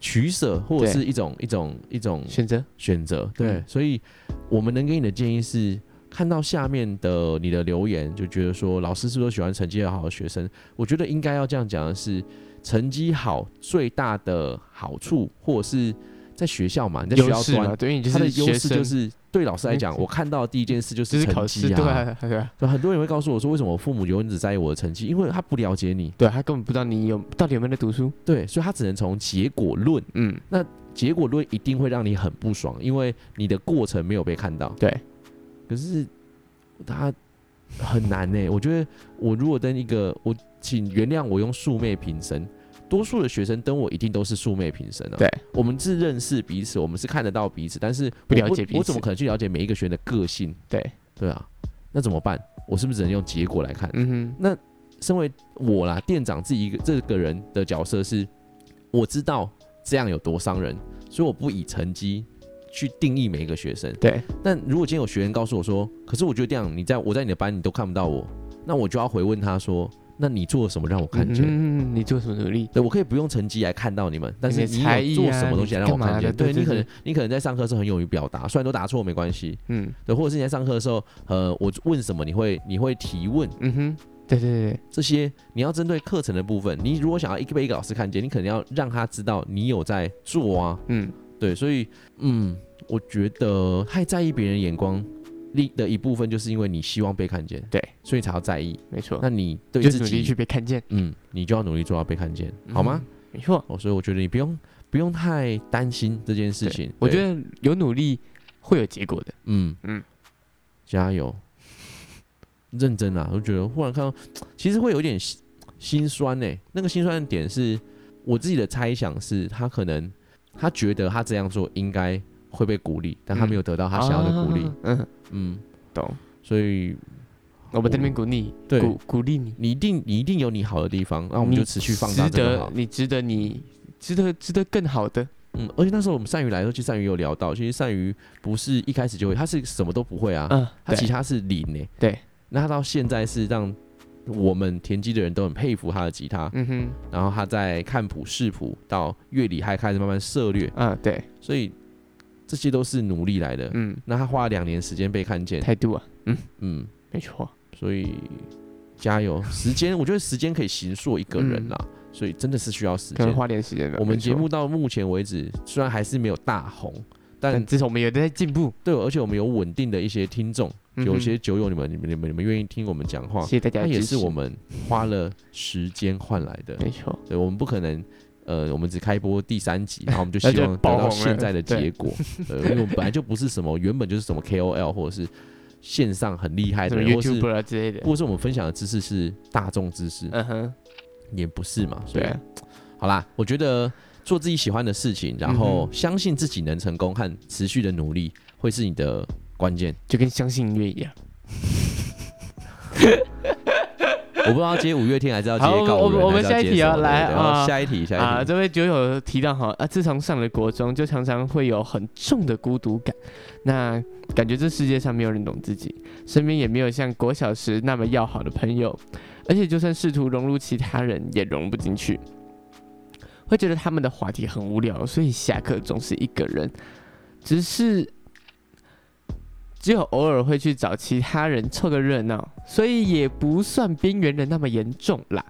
取舍，或者
对
是一种一种一种
选择
选择。对，
嗯
所以我们能给你的建议是，看到下面的你的留言，就觉得说老师是不是都喜欢成绩很好的学生？我觉得应该要这样讲的是，成绩好最大的好处，或者是在学校嘛，你在学
优
校
势嘛，
端，
对，因为你
它
就
的
是
优
学
势
生，
就是对老师来讲，
嗯
我看到的第一件事就
就是是考
成
试，
绩
对
啊。
啊，对啊，
对，很多人会告诉我说，为什么我父母永远只在意我的成绩，因为他不了解你，
对，他根本不知道你有到底有没有在读书，
对，所以他只能从结果论，
嗯，
结果论一定会让你很不爽，因为你的过程没有被看到。
对，
可是他很难呢、我觉得我如果登一个，我请原谅我用素昧平生。多数的学生登我一定都是素昧平生啊。
对，
我们是认识彼此，我们是看得到彼此，但是我
不了解彼此
我怎么可能去了解每一个学员的个性？
对，
对啊，那怎么办？我是不是只能用结果来看？
嗯哼，
身为我啦，店长自己一个这个人的角色是，我知道这样有多伤人，所以我不以成绩去定义每一个学生。
对，
但如果今天有学员告诉我说，可是我觉得这样，你在我在你的班你都看不到我，那我就要回问他说，那你做了什么让我看见？
嗯，你做什么努力？
对，我可以不用成绩来看到你们，但是
你的才
你
艺
有做
啊
什么东
你
西来让我
干嘛
看见？
的对
你
对
可能
对
你可能在上课的时候很勇于表达，虽然都答错没关系，
嗯
对，或者是你在上课的时候，呃，我问什么你会你会提问，
嗯哼，对对对
这些你要针对课程的部分，你如果想要一个被一个老师看见，你可能要让他知道你有在做啊。
嗯，
对，所以嗯，我觉得太在意别人眼光另的一部分，就是因为你希望被看见，
对，
所以才要在意。
没错，
那你对
就是
自
努力去
己，
被看见，
嗯，你就要努力做到被看见，好吗？
嗯？没错，
哦，所以我觉得你不用不用太担心这件事
对
情。
我
对
觉，得有努力会有结果的，
嗯嗯
嗯，
加油， 认真啊！我觉得忽然看到，其实会有点心心酸呢、那个心酸的点是我自己的猜想是，他可能他觉得他这样做应该会被鼓励，但他
嗯
没有得到他想要的鼓励。
啊，嗯，
嗯，
懂。
所以
我们在那边鼓励，
对
鼓鼓励你，
你一定你一定有你好的地方，那我们
你
就持续放大
值
这个
得
好。
你值得你值得值得更好的，
嗯，而且那时候我们善鱼来的时候，其实善鱼有聊到，其实善鱼不是一开始就会，他是什么都不会啊。
嗯，
他
对
其他是零呢、
对，
那他到现在是让我们田鸡的人都很佩服他的吉他，
嗯哼，
然后他在看谱、视谱到乐理，还开始慢慢涉略，
嗯，对，
所以这些都是努力来的。
嗯，
那他花了两年时间被看见，
态度啊，
嗯，
没错，
所以加油，时间，我觉得时间可以形塑一个人啦，所以真的是需要时
嗯可能
间。
花点时间吧。
我们
没错
节目，到目前为止，虽然还是没有大红，但
但至少我们有在进步，
对，而且我们有稳定的一些听众，
嗯哼
有一些酒友，你们、你们、你们、你们愿意听我们讲话
谢，谢大家
它
的
也
支
是
持，
我们花了时间换来的。
没错，
对，我们不可能，呃，我们只开播第三集，然后我们就
那
希
就
望得
爆
到
红
现
了
在的
对
结果。对，因为我们本来就不是什么，原本就是什么 KOL 或者是线上很厉害
什
的
么
人，或是
YouTuber 啊之类的，
或是我们分享的知识是大众知识，
嗯哼，
也不是嘛。所
对
以
啊，
好啦，我觉得做自己喜欢的事情，然后
嗯
相信自己能成功和持续的努力，会是你的关键。
就跟相信音乐一样。
我不知道接五月天还是要接
好我
告五人，
我们
还是要
下一
接
题
什么
哦
的
来
对好
啊
下一题，下一题
啊，这位酒友提到哈，啊，自从上了国中，就常常会有很重的孤独感。那感觉这世界上没有人懂自己，身边也没有像国小时那么要好的朋友，而且就算试图融入其他人，也融不进去。会觉得他们的话题很无聊，所以下课总是一个人。只是只有偶尔会去找其他人凑个热闹，所以也不算边缘人那么严重啦。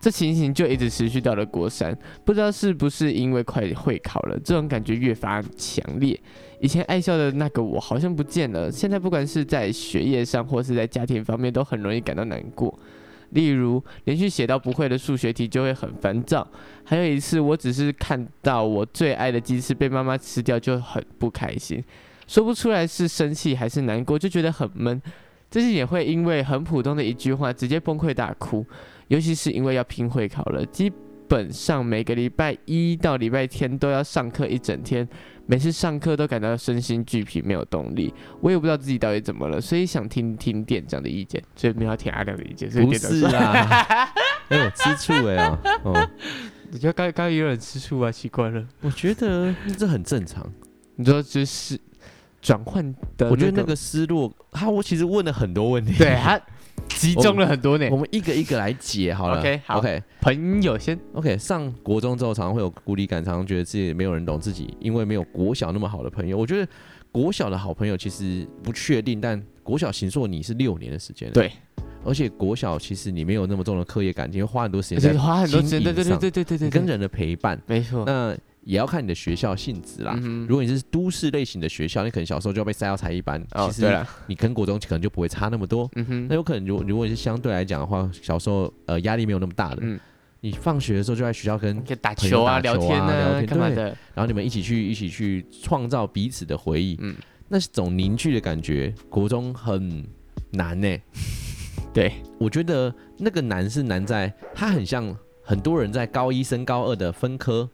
这情形就一直持续到了国三，不知道是不是因为快会考了，这种感觉越发强烈。以前爱笑的那个我好像不见了，现在不管是在学业上或是在家庭方面，都很容易感到难过。例如，连续写到不会的数学题就会很烦躁。还有一次，我只是看到我最爱的鸡翅被妈妈吃掉，就很不开心。说不出来是生气还是难过，就觉得很闷。最近也会因为很普通的一句话直接崩溃大哭，尤其是因为要拼会考了，基本上每个礼拜一到礼拜天都要上课一整天，每次上课都感到身心俱疲，没有动力。我也不知道自己到底怎么了，所以想听听店长的意见，所以没有要听阿亮的意见，所以
不
店长
是
说啊
啦，哎呦，吃醋哎呀，哦，
我觉得刚刚有点吃醋啊，奇怪了。
我觉得这很正常。
你说就是转换 的、
我觉得那个失落，他我其实问了很多问题，
呃 对他集中了很多呢
我。们一个一个来解好了。
OK，好
OK
朋友先，
OK，上国中之后，常常会有孤立感，常常觉得自己没有人懂自己，因为没有国小那么好的朋友。我觉得国小的好朋友其实不确定，但国小行硕你是六年的时间，
对，
而且国小其实你没有那么重的课业感情，会花很多时
而
间在
且花很多时间，对
经营
对对
上
对对对对，
跟人的陪伴。
没错。
那也要看你的学校性质啦。
嗯哼
如果你是都市类型的学校，你可能小时候就要被塞到才艺班，
哦，
其
对
实
了，
你跟国中可能就不会差那么多。
嗯哼
那，有可能如果如果你是相对来讲的话，小时候呃压力没有那么大的，
嗯
你放学的时候就在学校跟，
可以打
朋
球
友
啊、
打球
聊
啊
天
聊
啊、
天
干嘛
对
的，
然后你们一起去一起去创造彼此的回忆，
嗯
那是种凝聚的感觉，国中很难呢、
对，
我觉得那个难是难在它很像很多人在高一升高二的分科，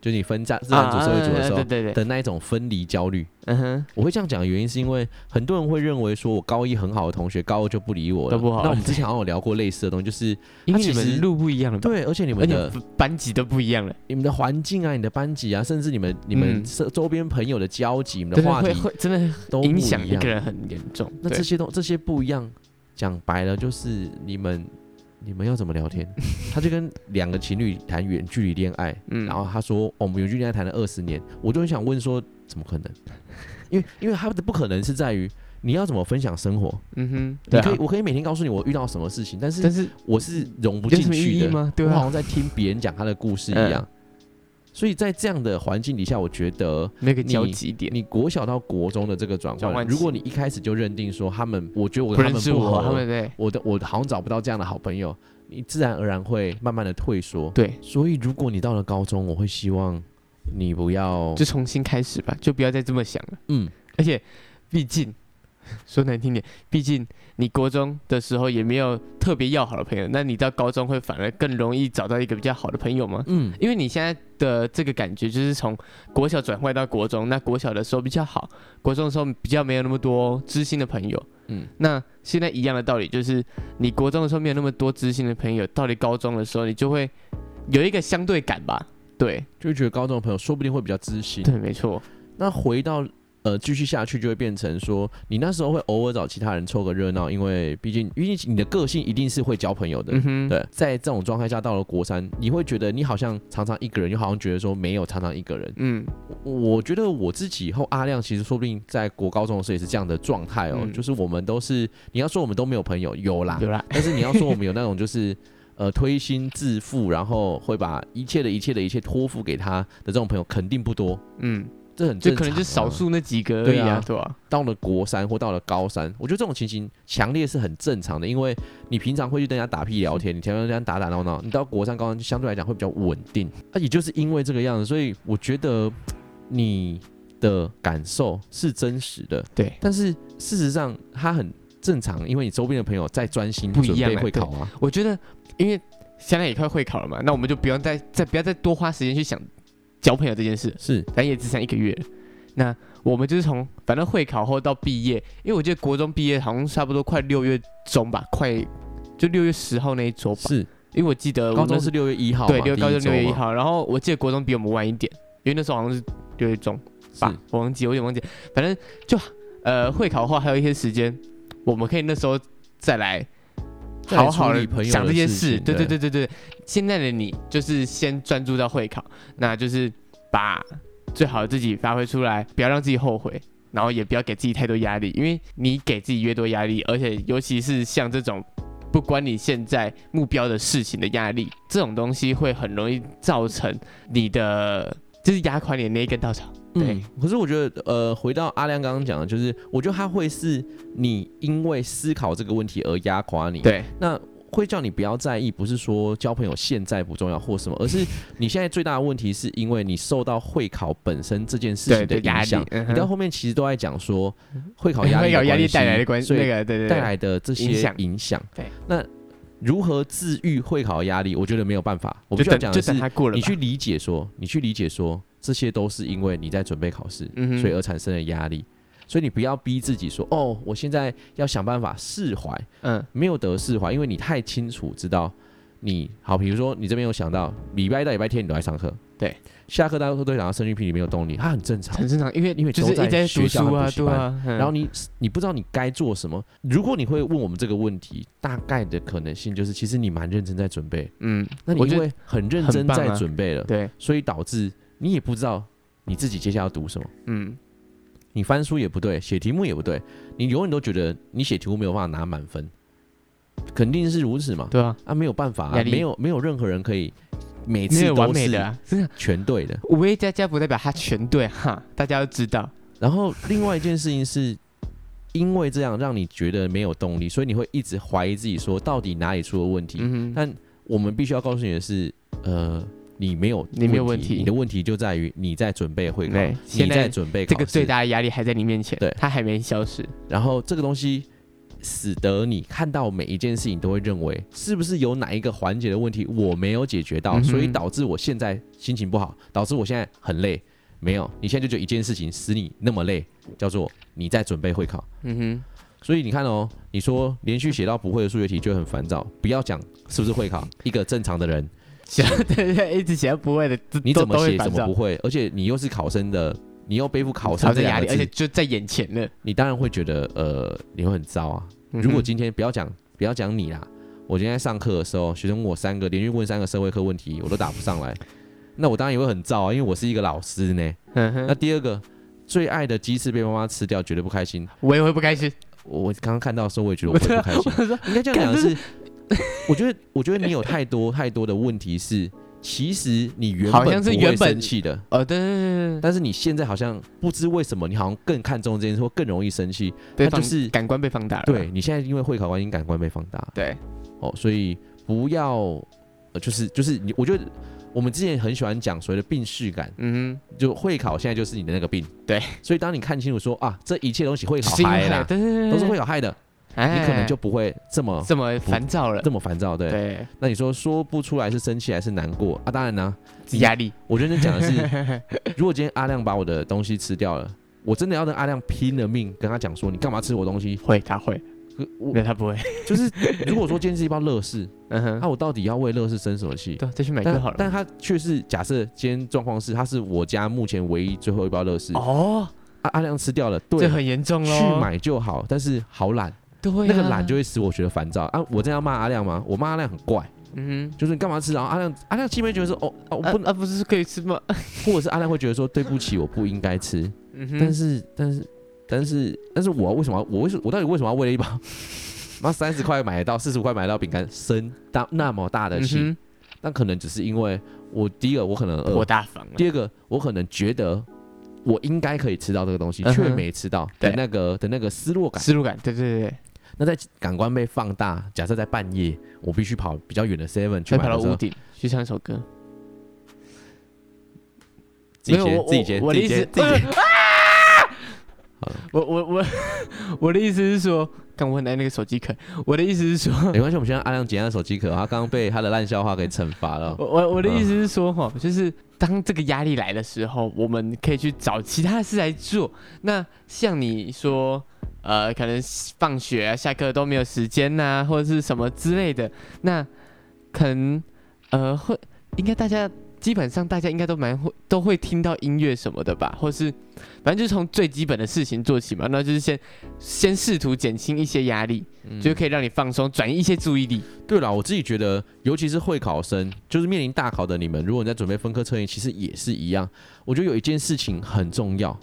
就是你分家自然组、社会组的时候
啊对对对，
的那一种分离焦虑。
嗯哼，
我会这样讲的原因是因为很多人会认为说我高一很好的同学，高二就不理我了。
都不好
那我们之前好像有聊过类似的东西，就是
因为
他
你
其实
们路不一样了吧，
对，而且你
而
们的
且班级都不一样了，
你们的环境啊，你的班级啊，甚至你们你们
嗯
周周边朋友的交集，你们
真
的
的
话
会
题
会真的
都不
影响
一
一
样
个。人很严重。
那
对
这些东这些不一样，讲白了就是你们你们要怎么聊 天？他就跟两个情侣谈远距离恋爱，
嗯
然后他说、哦我们远距离恋爱谈了二十年，我就很想问说怎么可能？因为因为他的不可能是在于你要怎么分享生活？
嗯哼，
你
对
可
啊
以，，我可以每天告诉你我遇到什么事情，但是
但是
我是融不
有
进
什么
去
意义
的。
吗？对
我好
啊，嗯
像在听别人讲他的故事一样。所以在这样的环境底下，我觉得
那个交
你
集点，
你国小到国中的这个转
转
换，
换期
如果你一开始就认定说他们，我觉得我
不
跟他
认
们
识
不合，
我，他们对
我的我好像找不到这样的好朋友，你自然而然会慢慢的退缩。
对，
所以如果你到了高中，我会希望你不要，
就重新开始吧，就不要再这么想了。
嗯，
而且，毕竟 说难听点，毕竟你国中的时候也没有特别要好的朋友，那你到高中会反而更容易找到一个比较好的朋友吗？
嗯，
因为你现在的这个感觉就是从国小转换到国中，那国小的时候比较好，国中的时候比较没有那么多知心的朋友。
嗯，
那现在一样的道理，就是你国中的时候没有那么多知心的朋友，到你高中的时候，你就会有一个相对感吧？对，
就会觉得高中的朋友说不定会比较知心。
对，没错，
那回到呃继续下去，就会变成说，你那时候会偶尔找其他人凑个热闹，因为毕竟因为你的个性一定是会交朋友的。
嗯哼，
对，在这种状态下，到了国三，你会觉得你好像常常一个人，又好像觉得说没有常常一个人。
嗯，
我觉得我自己和阿亮其实说不定在国高中的时候也是这样的状态哦，
嗯
就是我们都是你要说我们都没有朋友，有啦，
对啦，
但是你要说我们有那种就是呃推心置腹，然后会把一切的一切的一切托付给他的这种朋友肯定不多，
嗯，
这很
就
正
可能就
常
少
啊
数那几个而
对
已啊
啊，
对吧？
到了国三或到了高三，我觉得这种情形强烈是很正常的，因为你平常会去跟人家打屁聊天，你平常跟人家打打闹闹，你到国三、高三就相对来讲会比较稳定。那、也就是因为这个样子，所以我觉得你的感受是真实的，
对，
但是事实上它很正常，因为你周边的朋友在专心
不一样啊
准备会考啊，
我觉得，因为现在也快会考了嘛，那我们就不用再再不要再多花时间去想交朋友这件事，
是
咱也只剩一个月了。那我们就是从反正会考后到毕业，因为我记得国中毕业好像差不多快六月中吧，快就六月十号那一周吧。
是，
因为我记哦呃得我
高
那
中
时
是六月一号嘛，
对六高中
第
六月一
周嘛，
号，然后我记得国中比我们晚一点，因为那时候好像是六月中吧
是，
我忘记我有点忘记，反正就呃会考后还有一些时间，我们可以那时候再来
再来
好好
处
的
理朋友
想
的
这件
事
事。
情
对对
对
对对对，现在的你就是先专注到会考，那就是把最好的自己发挥出来，不要让自己后悔。然后也不要给自己太多压力，因为你给自己越多压力，而且尤其是像这种不关你现在目标的事情的压力，这种东西会很容易造成你的就是压垮你的那一根稻草。对
嗯，可是我觉得，呃，回到阿亮刚刚讲的，就是我觉得他会是你因为思考这个问题而压垮你。，
对，
那会叫你不要在意，不是说交朋友现在不重要或什么，而是你现在最大的问题是因为你受到会考本身这件事
对
情的
对压
影响
力。，嗯
你到
哼
后面其实都在讲说会 考
会
压力的
有
关系，
压力带来的关
所
那
以
个对对
带
对，
来的这些
影响
影响。
对，
那如何治愈会考压力？我觉得没有办法。我
就
们需要
等
讲
就
的是
等，它过了吧。
你去理解说，你去理解说，这些都是因为你在准备考试，
嗯哼
所以而产生的压力。所以你不要逼自己说，哦，我现在要想办法释怀，
嗯
没有得释怀，因为你太清楚知道你好，比如说你这边有想到礼拜一到礼拜天你都在上课，
对，
下课大家都会想要升学评里没有动力，它很正常，
很正常，因为
因为
就是一
都在
直在
学
读
校
书
和
啊，
补习
对
班。
啊，嗯
然后你你不知道你该做什么。如果你会问我们这个问题，大概的可能性就是，其实你蛮认真在准备。
嗯，
那你
我
因
觉得
为很认
很
真
棒
在
啊
准备了，
对，
所以导致你也不知道你自己接下来要读什么。
嗯，
你翻书也不对，写题目也不对，你永远都觉得你写题目没有办法拿满分，肯定是如此嘛？
对啊，
啊，没有办法、啊，
压力
没有没有任何人可以每
没
次
有完
都
美的
是
啊，真的，
全对的。
五 A 加加不代表它全对哈，大家要知道，
然后另外一件事情是，因为这样让你觉得没有动力，所以你会一直怀疑自己，说到底哪里出了问题。
嗯哼，
但我们必须要告诉你的是，呃，你没有
你没有问题
你的问题就在于你在准备会考
对，
你
现在
在准备考
这个
试
最大的压力还在你面前，
对
它还没消失，
然后这个东西使得你看到每一件事情都会认为是不是有哪一个环节的问题我没有解决到，
嗯哼
所以导致我现在心情不好，导致我现在很累。没有，你现在就觉得一件事情使你那么累，叫做你在准备会考。
嗯
所以你看哦，你说连续写到不会的数学题就会很烦躁，不要讲是不是会考，一个正常的人
哼，写对对，一直写到不会的，都
你怎么
都会
写
烦
怎么
躁
不会，而且你又是考生的，你又背负考
好
生这
的压
两
力，
个
而且
字，
就在眼前了。
你当然会觉得呃你会很糟啊。
嗯哼
如果今天不要讲不要讲你啦，我今天在上课的时候，学生问我三个连续问三个社会课问题，我都答不上来， 那我当然也会很燥啊，因为我是一个老师呢。
嗯
那
哼，
第二个，最爱的鸡翅被妈妈吃掉，绝对不开心。
我也会不开心。
我我刚刚看到的时候，我也觉得我会不开心。
我说
应该这样讲
干
的
这
是， 我觉得我觉得你有太多太多的问题是，其实你原
好
本
像是
不会
原本
生气的，
哦，对对对
但是你现在好像不知为什么，你好像更看重这件事，或更容易生气。
对，对
它
放
就是
感官被放大了。
对你现在因为会考观音感官被放大，
对，
哦，所以不要，呃，就是就是你，我觉得我们之前很喜欢讲所谓的病视感，
嗯
就会考现在就是你的那个病，
对，
所以当你看清楚说啊，这一切东西会
哼，
考
是因为
害
害
啦，
对对对，
都是会考害的，
哎，
你可能就不会这么
这么烦躁了。
这么烦躁，对。
对，
那你说说不出来是生气还是难过啊？当然啦、你
压力。
我认真讲的是， 如果今天阿亮把我的东西吃掉了，我真的要跟阿亮拼了命跟他讲说，你干嘛吃我东西？
会，他会，
可我
没有他不会。
就是如果说今天是一包乐事，
嗯
那、
哼，
我到底要为乐事生什么气？
对，再去买就
但
好了。
但它却是假设今天状况是，它是我家目前唯一最后一包乐事，阿、
哦，
阿亮吃掉了，
这
对，
很严重喽。
去，买就好，但是好懒，
对啊，
那个懒就会使我觉得烦躁啊！我这样骂阿亮吗？我骂阿亮很怪，
嗯哼。
就是你干嘛吃？然后阿亮阿亮心里面觉得说，哦哦，我
啊
不能，
啊，不是可以吃吗？
或者是阿亮会觉得说对不起，我不应该吃，
嗯哼，
但是但是但是但是我为什么要我为什我到底为什么要为了一包 妈三十块买得到四十五块买得到饼干生大那么大的
嗯
气？
哼，
那可能只是因为我第一个我可能饿
我，大方啊了。
第二个，我可能觉得我应该可以吃到这个东西，
嗯哼
却没吃到的
对
那个的那个失落感。
失落感，对对对，
那在感官被放大，假设在半夜，我必须跑比较远的 Seven 去
会
买
跑到
的时
屋
候，
顶去唱一首歌。
自己
没有
接
我
自己接
我我
自己
的意
接
思
自己接。
我我 我我的意思是说，刚我很爱那个手机壳。我的意思是 说，
没关系，我们先让阿亮捡他手机壳，他刚刚被他的烂笑话给惩罚了。
我我我的意思
嗯
是说，哈，就是当这个压力来的时候，我们可以去找其他的事来做。那像你说，呃，可能放学啊、下课都没有时间呐、或者是什么之类的，那可能呃会，应该大家基本上大家应该都蛮会都会听到音乐什么的吧，或是反正就是从最基本的事情做起嘛，那就是先先试图减轻一些压力，
嗯
就可以让你放松，转移一些注意力。
对了，我自己觉得，尤其是会考生，就是面临大考的你们，如果你在准备分科测验，其实也是一样。我觉得有一件事情很重要，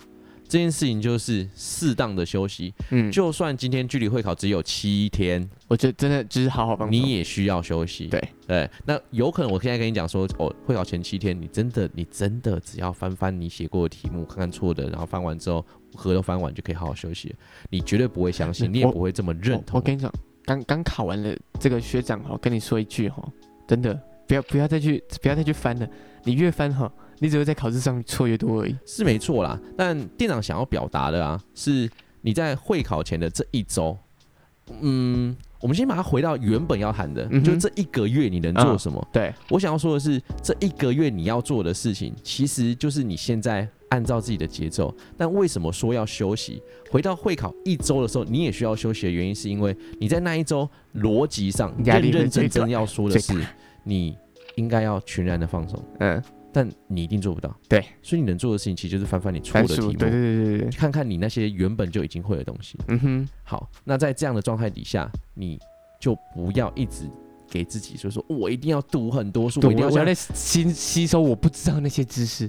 这件事情就是适当的休息。
嗯，就
就算今天距离会考只有七天，
我觉得真的就是好好放松。
你也需要休息。
对
对，那有可能我现在跟你讲说，哦，会考前七天，你真的你真的只要翻翻你写过的题目，看看错的，然后翻完之后合都翻完就可以好好休息了。你绝对不会相信，
嗯
你也
我
不会这么认同。
我。我跟你讲，刚刚考完了这个学长哈，跟你说一句哈，真的不要不要再去不要再去翻了，你越翻哈，你只会在考试上错越多而已。
是没错啦，但店长想要表达的啊，是你在会考前的这一周，嗯，我们先把它回到原本要谈的，
嗯哼啊
就这一个月你能做什么？
对，
我想要说的是，这一个月你要做的事情，其实就是你现在按照自己的节奏。但为什么说要休息？回到会考一周的时候，你也需要休息的原因，是因为你在那一周逻辑上
压
认
力会
认
最
真真
大
要说的是
最，
你应该要全然的放松。
嗯，
但你一定做不到。
对，
所以你能做的事情其实就是翻翻你错
翻
的题
书，
目，
对对对对对，
看看你那些原本就已经会的东西。
嗯哼，
好，那在这样的状态底下，你就不要一直给自己，所以说哦我一定要读很多书，
对，
一定要
我我要
像
来吸吸收我不知道那些知识，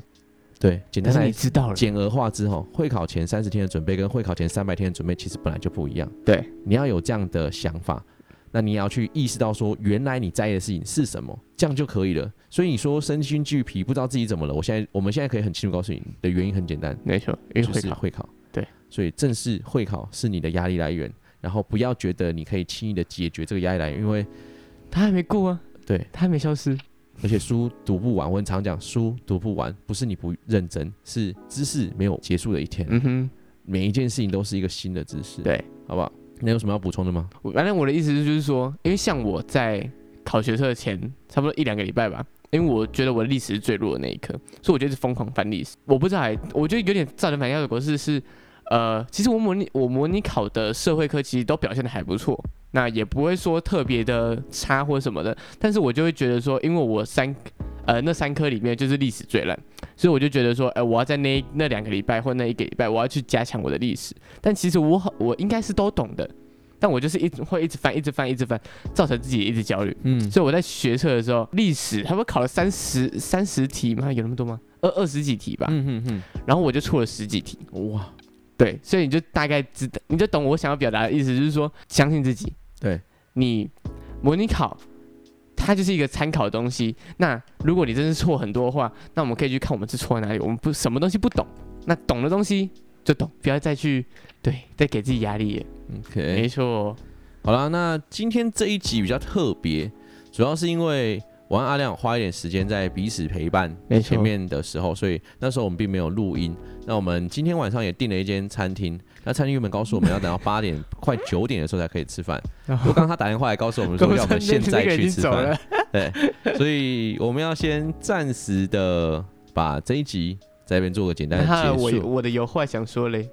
对，简
但
单
是
来
你知道了，
简而化之后，会考前三十天的准备跟会考前三百天的准备其实本来就不一样。
对，
你要有这样的想法，那你也要去意识到说，原来你在意的事情是什么，这样就可以了。所以你说身心俱疲，不知道自己怎么了，我现在我们现在可以很清楚告诉你的原因很简单，
没错，因为
就
会
是
考，
会考。
对，
所以正是会考是你的压力来源，然后不要觉得你可以轻易的解决这个压力来源，因为
他还没过啊，
对，
他还没消失，
而且书读不完，我很常讲，书读不完不是你不认真，是知识没有结束的一天。
嗯哼，
每一件事情都是一个新的知识，
对，
好不好？你有什么要补充的吗？
我反正我的意思就是说，因为像我在考学测前差不多一两个礼拜吧，因为我觉得我的历史是最弱的那一科，所以我就是疯狂翻历史。我不知道还，我觉得有点造成反效果是是，呃，其实我模拟我模拟考的社会科其实都表现的还不错，那也不会说特别的差或什么的，但是我就会觉得说，因为我三。呃，那三科里面就是历史最烂，所以我就觉得说，哎、我要在那一那两个礼拜或那一个礼拜，我要去加强我的历史。但其实我好我应该是都懂的，但我就是一直会一直翻，一直翻，一直翻，造成自己一直焦虑。
嗯，
所以我在学测的时候，历史他们考了三十三十题吗？有那么多吗？二二十几题吧，
嗯嗯
然后我就错了十几题。
嗯，哇，
对，所以你就大概知道，你就懂我想要表达的意思，就是说相信自己。
对，
你模拟考，它就是一个参考的东西。那如果你真是错很多的话，那我们可以去看我们是错在哪里，我们不什么东西不懂，那懂的东西就懂，不要再去对再给自己压力了。
，OK，
没错，哦
好啦，那今天这一集比较特别，主要是因为我和阿亮有花一点时间在彼此陪伴
没错
前面的时候，所以那时候我们并没有录音。那我们今天晚上也订了一间餐厅，那餐厅原本告诉我们要等 到八点快九点的时候才可以吃饭，
哦
不过刚刚他打电话来告诉我 们说要我们现在去吃
那个已经走
饭
了，
所以我们要先暂时的把这一集在这边做个简单的
那
结
我
束。
我的有话想说嘞，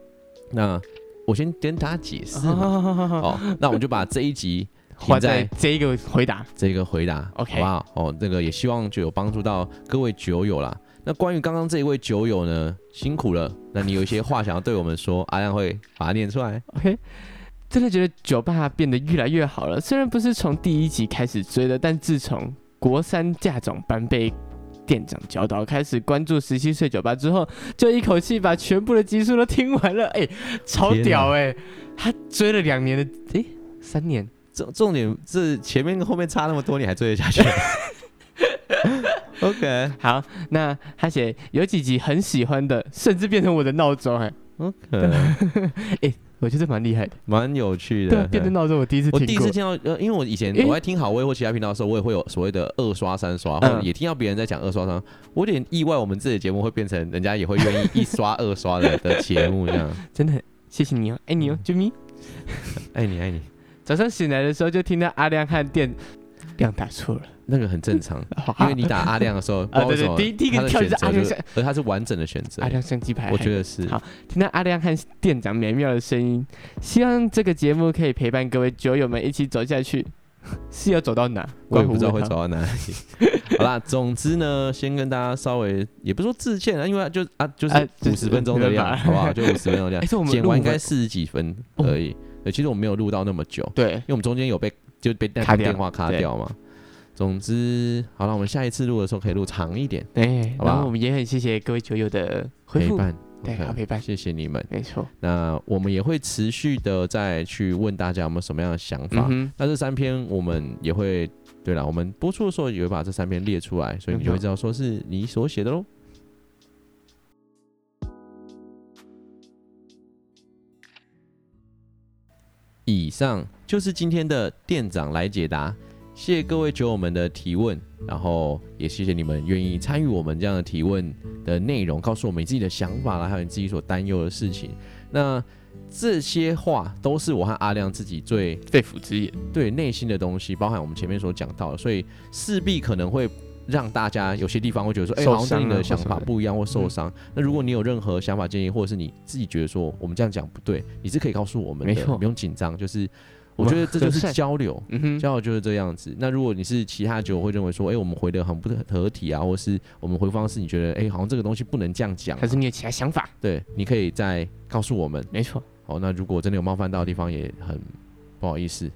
那我先跟大家解释 嘛。
哦，
哦，那我们就把这一集
花
停
在
在
这一个回答，
这个回答
OK
好不好？哦，这个也希望就有帮助到各位酒友啦。那关于刚刚这一位酒友呢，辛苦了。那你有一些话想要对我们说， 阿亮会把它念出来。
OK，真的觉得酒吧变得越来越好了。虽然不是从第一集开始追的，但自从国三驾总班被店长教导开始关注十七岁酒吧之后，就一口气把全部的集数都听完了。哎、超
天哪
屌哎、他追了两年的，哎、三年。
重重点是前面跟后面差那么多，你还追得下去 ？OK
好，那他写有几集很喜欢的，甚至变成我的闹钟哎、
OK，
我觉得蛮厉害的。
蛮有趣
对啊
的，。
变成闹钟我第一次
我
听
第一
过
次。听到，呃，因为我以前
因为
我在听好味或其他频道的时候，我也会有所谓的二刷、三刷，或
嗯
者也听到别人在讲二刷、三刷，我有点意外，我们自己的节目会变成人家也会愿意一刷、二刷的的节目这样。
真的很谢谢你哦，爱你哦
嗯，
啾咪。
爱你，爱你，
早上醒来的时候就听到阿亮和店亮打错了，
那个很正 常，因为你打阿亮的时候，不知
啊
道为什么
对对第一第一个
他的
跳就是
选择
阿亮
就是
下，
而他是完整的选择
阿，亮相机牌，
我觉得是
好听到阿亮和店长美妙的声音，希望这个节目可以陪伴各位酒友们一起走下去，是要走到哪？
我也
关乎
不知道
问
会
号
走。到哪里。 好啦，总之呢，先跟大家稍微也不是说致歉啊，因为就啊就是
啊就
五
是
十分钟的量，
没办法
好不好？就五十分钟的量
哎，这我，们
剪
录
完应
完
该四十几分
哦
而已。对，其实我没有录到那么久，
对
因，为我们中间有被就被那
卡
个
掉
电话卡
对
掉嘛。总之，好了，我们下一次录的时候可以录长一点，
哎，
好吧
然后我们也很谢谢各位酒友的回
陪
复，
伴，
对
OK，
好陪伴
谢谢你们。
没错，
那我们也会持续的再去问大家有没有什么样的想法
嗯。哼，
那这三篇我们也会，对了，我们播出的时候也会把这三篇列出来，所以你就会知道说是你所写的喽。以上就是今天的店长来解答，谢谢各位酒友们的提问，然后也谢谢你们愿意参与我们这样的提问的内容，告诉我们你自己的想法啦，还有你自己所担忧的事情。那这些话都是我和阿亮自己最
肺腑之言，
对内心的东西，包含我们前面所讲到的，所以势必可能会让大家有些地方会觉得说，哎、
受
好像跟你
伤啊
的想
或什
法
么的嗯
不一样或受伤。那如果你有任何想法建议，或者是你自己觉得说我们这样讲不对，你是可以告诉我们的，
没错
不用紧张，就是我觉得
们
这就
和
是
善
交流，
嗯哼，
交流就是这样子。那如果你是其他酒，会认为说，哎、我们回的很不合体啊，或是我们回方式，你觉得，哎、好像这个东西不能这样讲啊、
还是你有其他想法？
对，你可以再告诉我们。
没错。
好，那如果真的有冒犯到的地方，也很不好意思。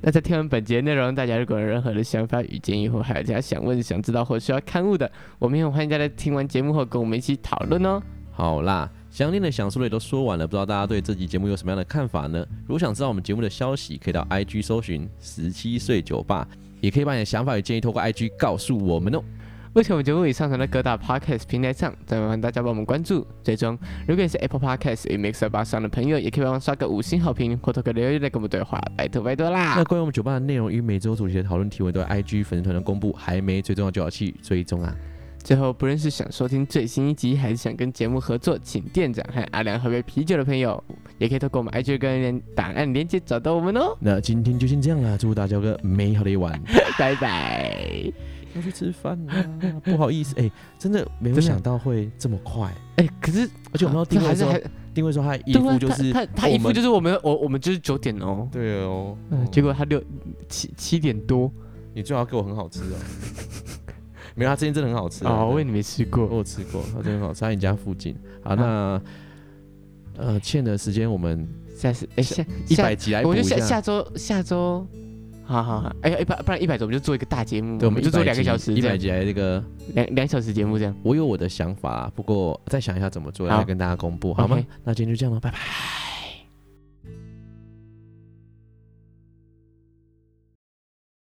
那在听完本节内容，大家如果有任何的想法与建议，或还有其他想问、想知道或需要刊物的，我们也很欢迎大家听完节目后跟我们一起讨论哦。
好啦，想念的、想说的也都说完了，不知道大家对这集节目有什么样的看法呢？如果想知道我们节目的消息，可以到 IG 搜寻“十七岁酒吧”，也可以把你的想法与建议透过 IG 告诉我们哦。
目前我们节目已上传到各大 podcast 平台上，再麻烦大家帮我们关注、追踪。如果你是 Apple Podcast 与 Mixer 八上的朋友，也可以帮忙刷个五星好评，或投个留言来跟我们对话，拜托拜托啦
那！关于我们酒吧的内容与每周主题的讨论提问，都在 IG 粉丝团的公布，还没追踪的就要去追踪啊！
最后，不论是想收听最新一集，还是想跟节目合作，请店长和阿良喝杯啤酒的朋友，也可以透过我们 IG 跟连档案连接找到我们哦。
那今天就先这样啦，祝大家有个美好的一晚。
拜拜。
要去吃饭啦，不好意 思，哎、真的没有
真的
想到会这么快，
哎、可是
而且我们要
啊这
定位
还是
说
还，
定位说他的衣
对啊
服就是
他他他衣
我
服
们
就是我们我我们就是九点哦，
对哦，
嗯，结果他六七七点多
你最好给我很好吃哦。 没有，它之前真的很好吃啊
哦，我以为
对
你没吃
我
过，
有吃过，它真的很好吃，在你家附近。好，
啊
那呃，欠的时间我们
下次哎下
一百集来补
我
一
就下
下
下。周下周，好好好，哎、一百不然一百周我们就做一个大节目，
对，我
们
们
就做
100
两个
集
小时
一百
这样，
集来这个，
两两小时节目这样，
啊我有我的想法，不过再想一下怎么做，
好
来跟大家公布好吗
OK？
那今天就这样了，拜拜。
拜。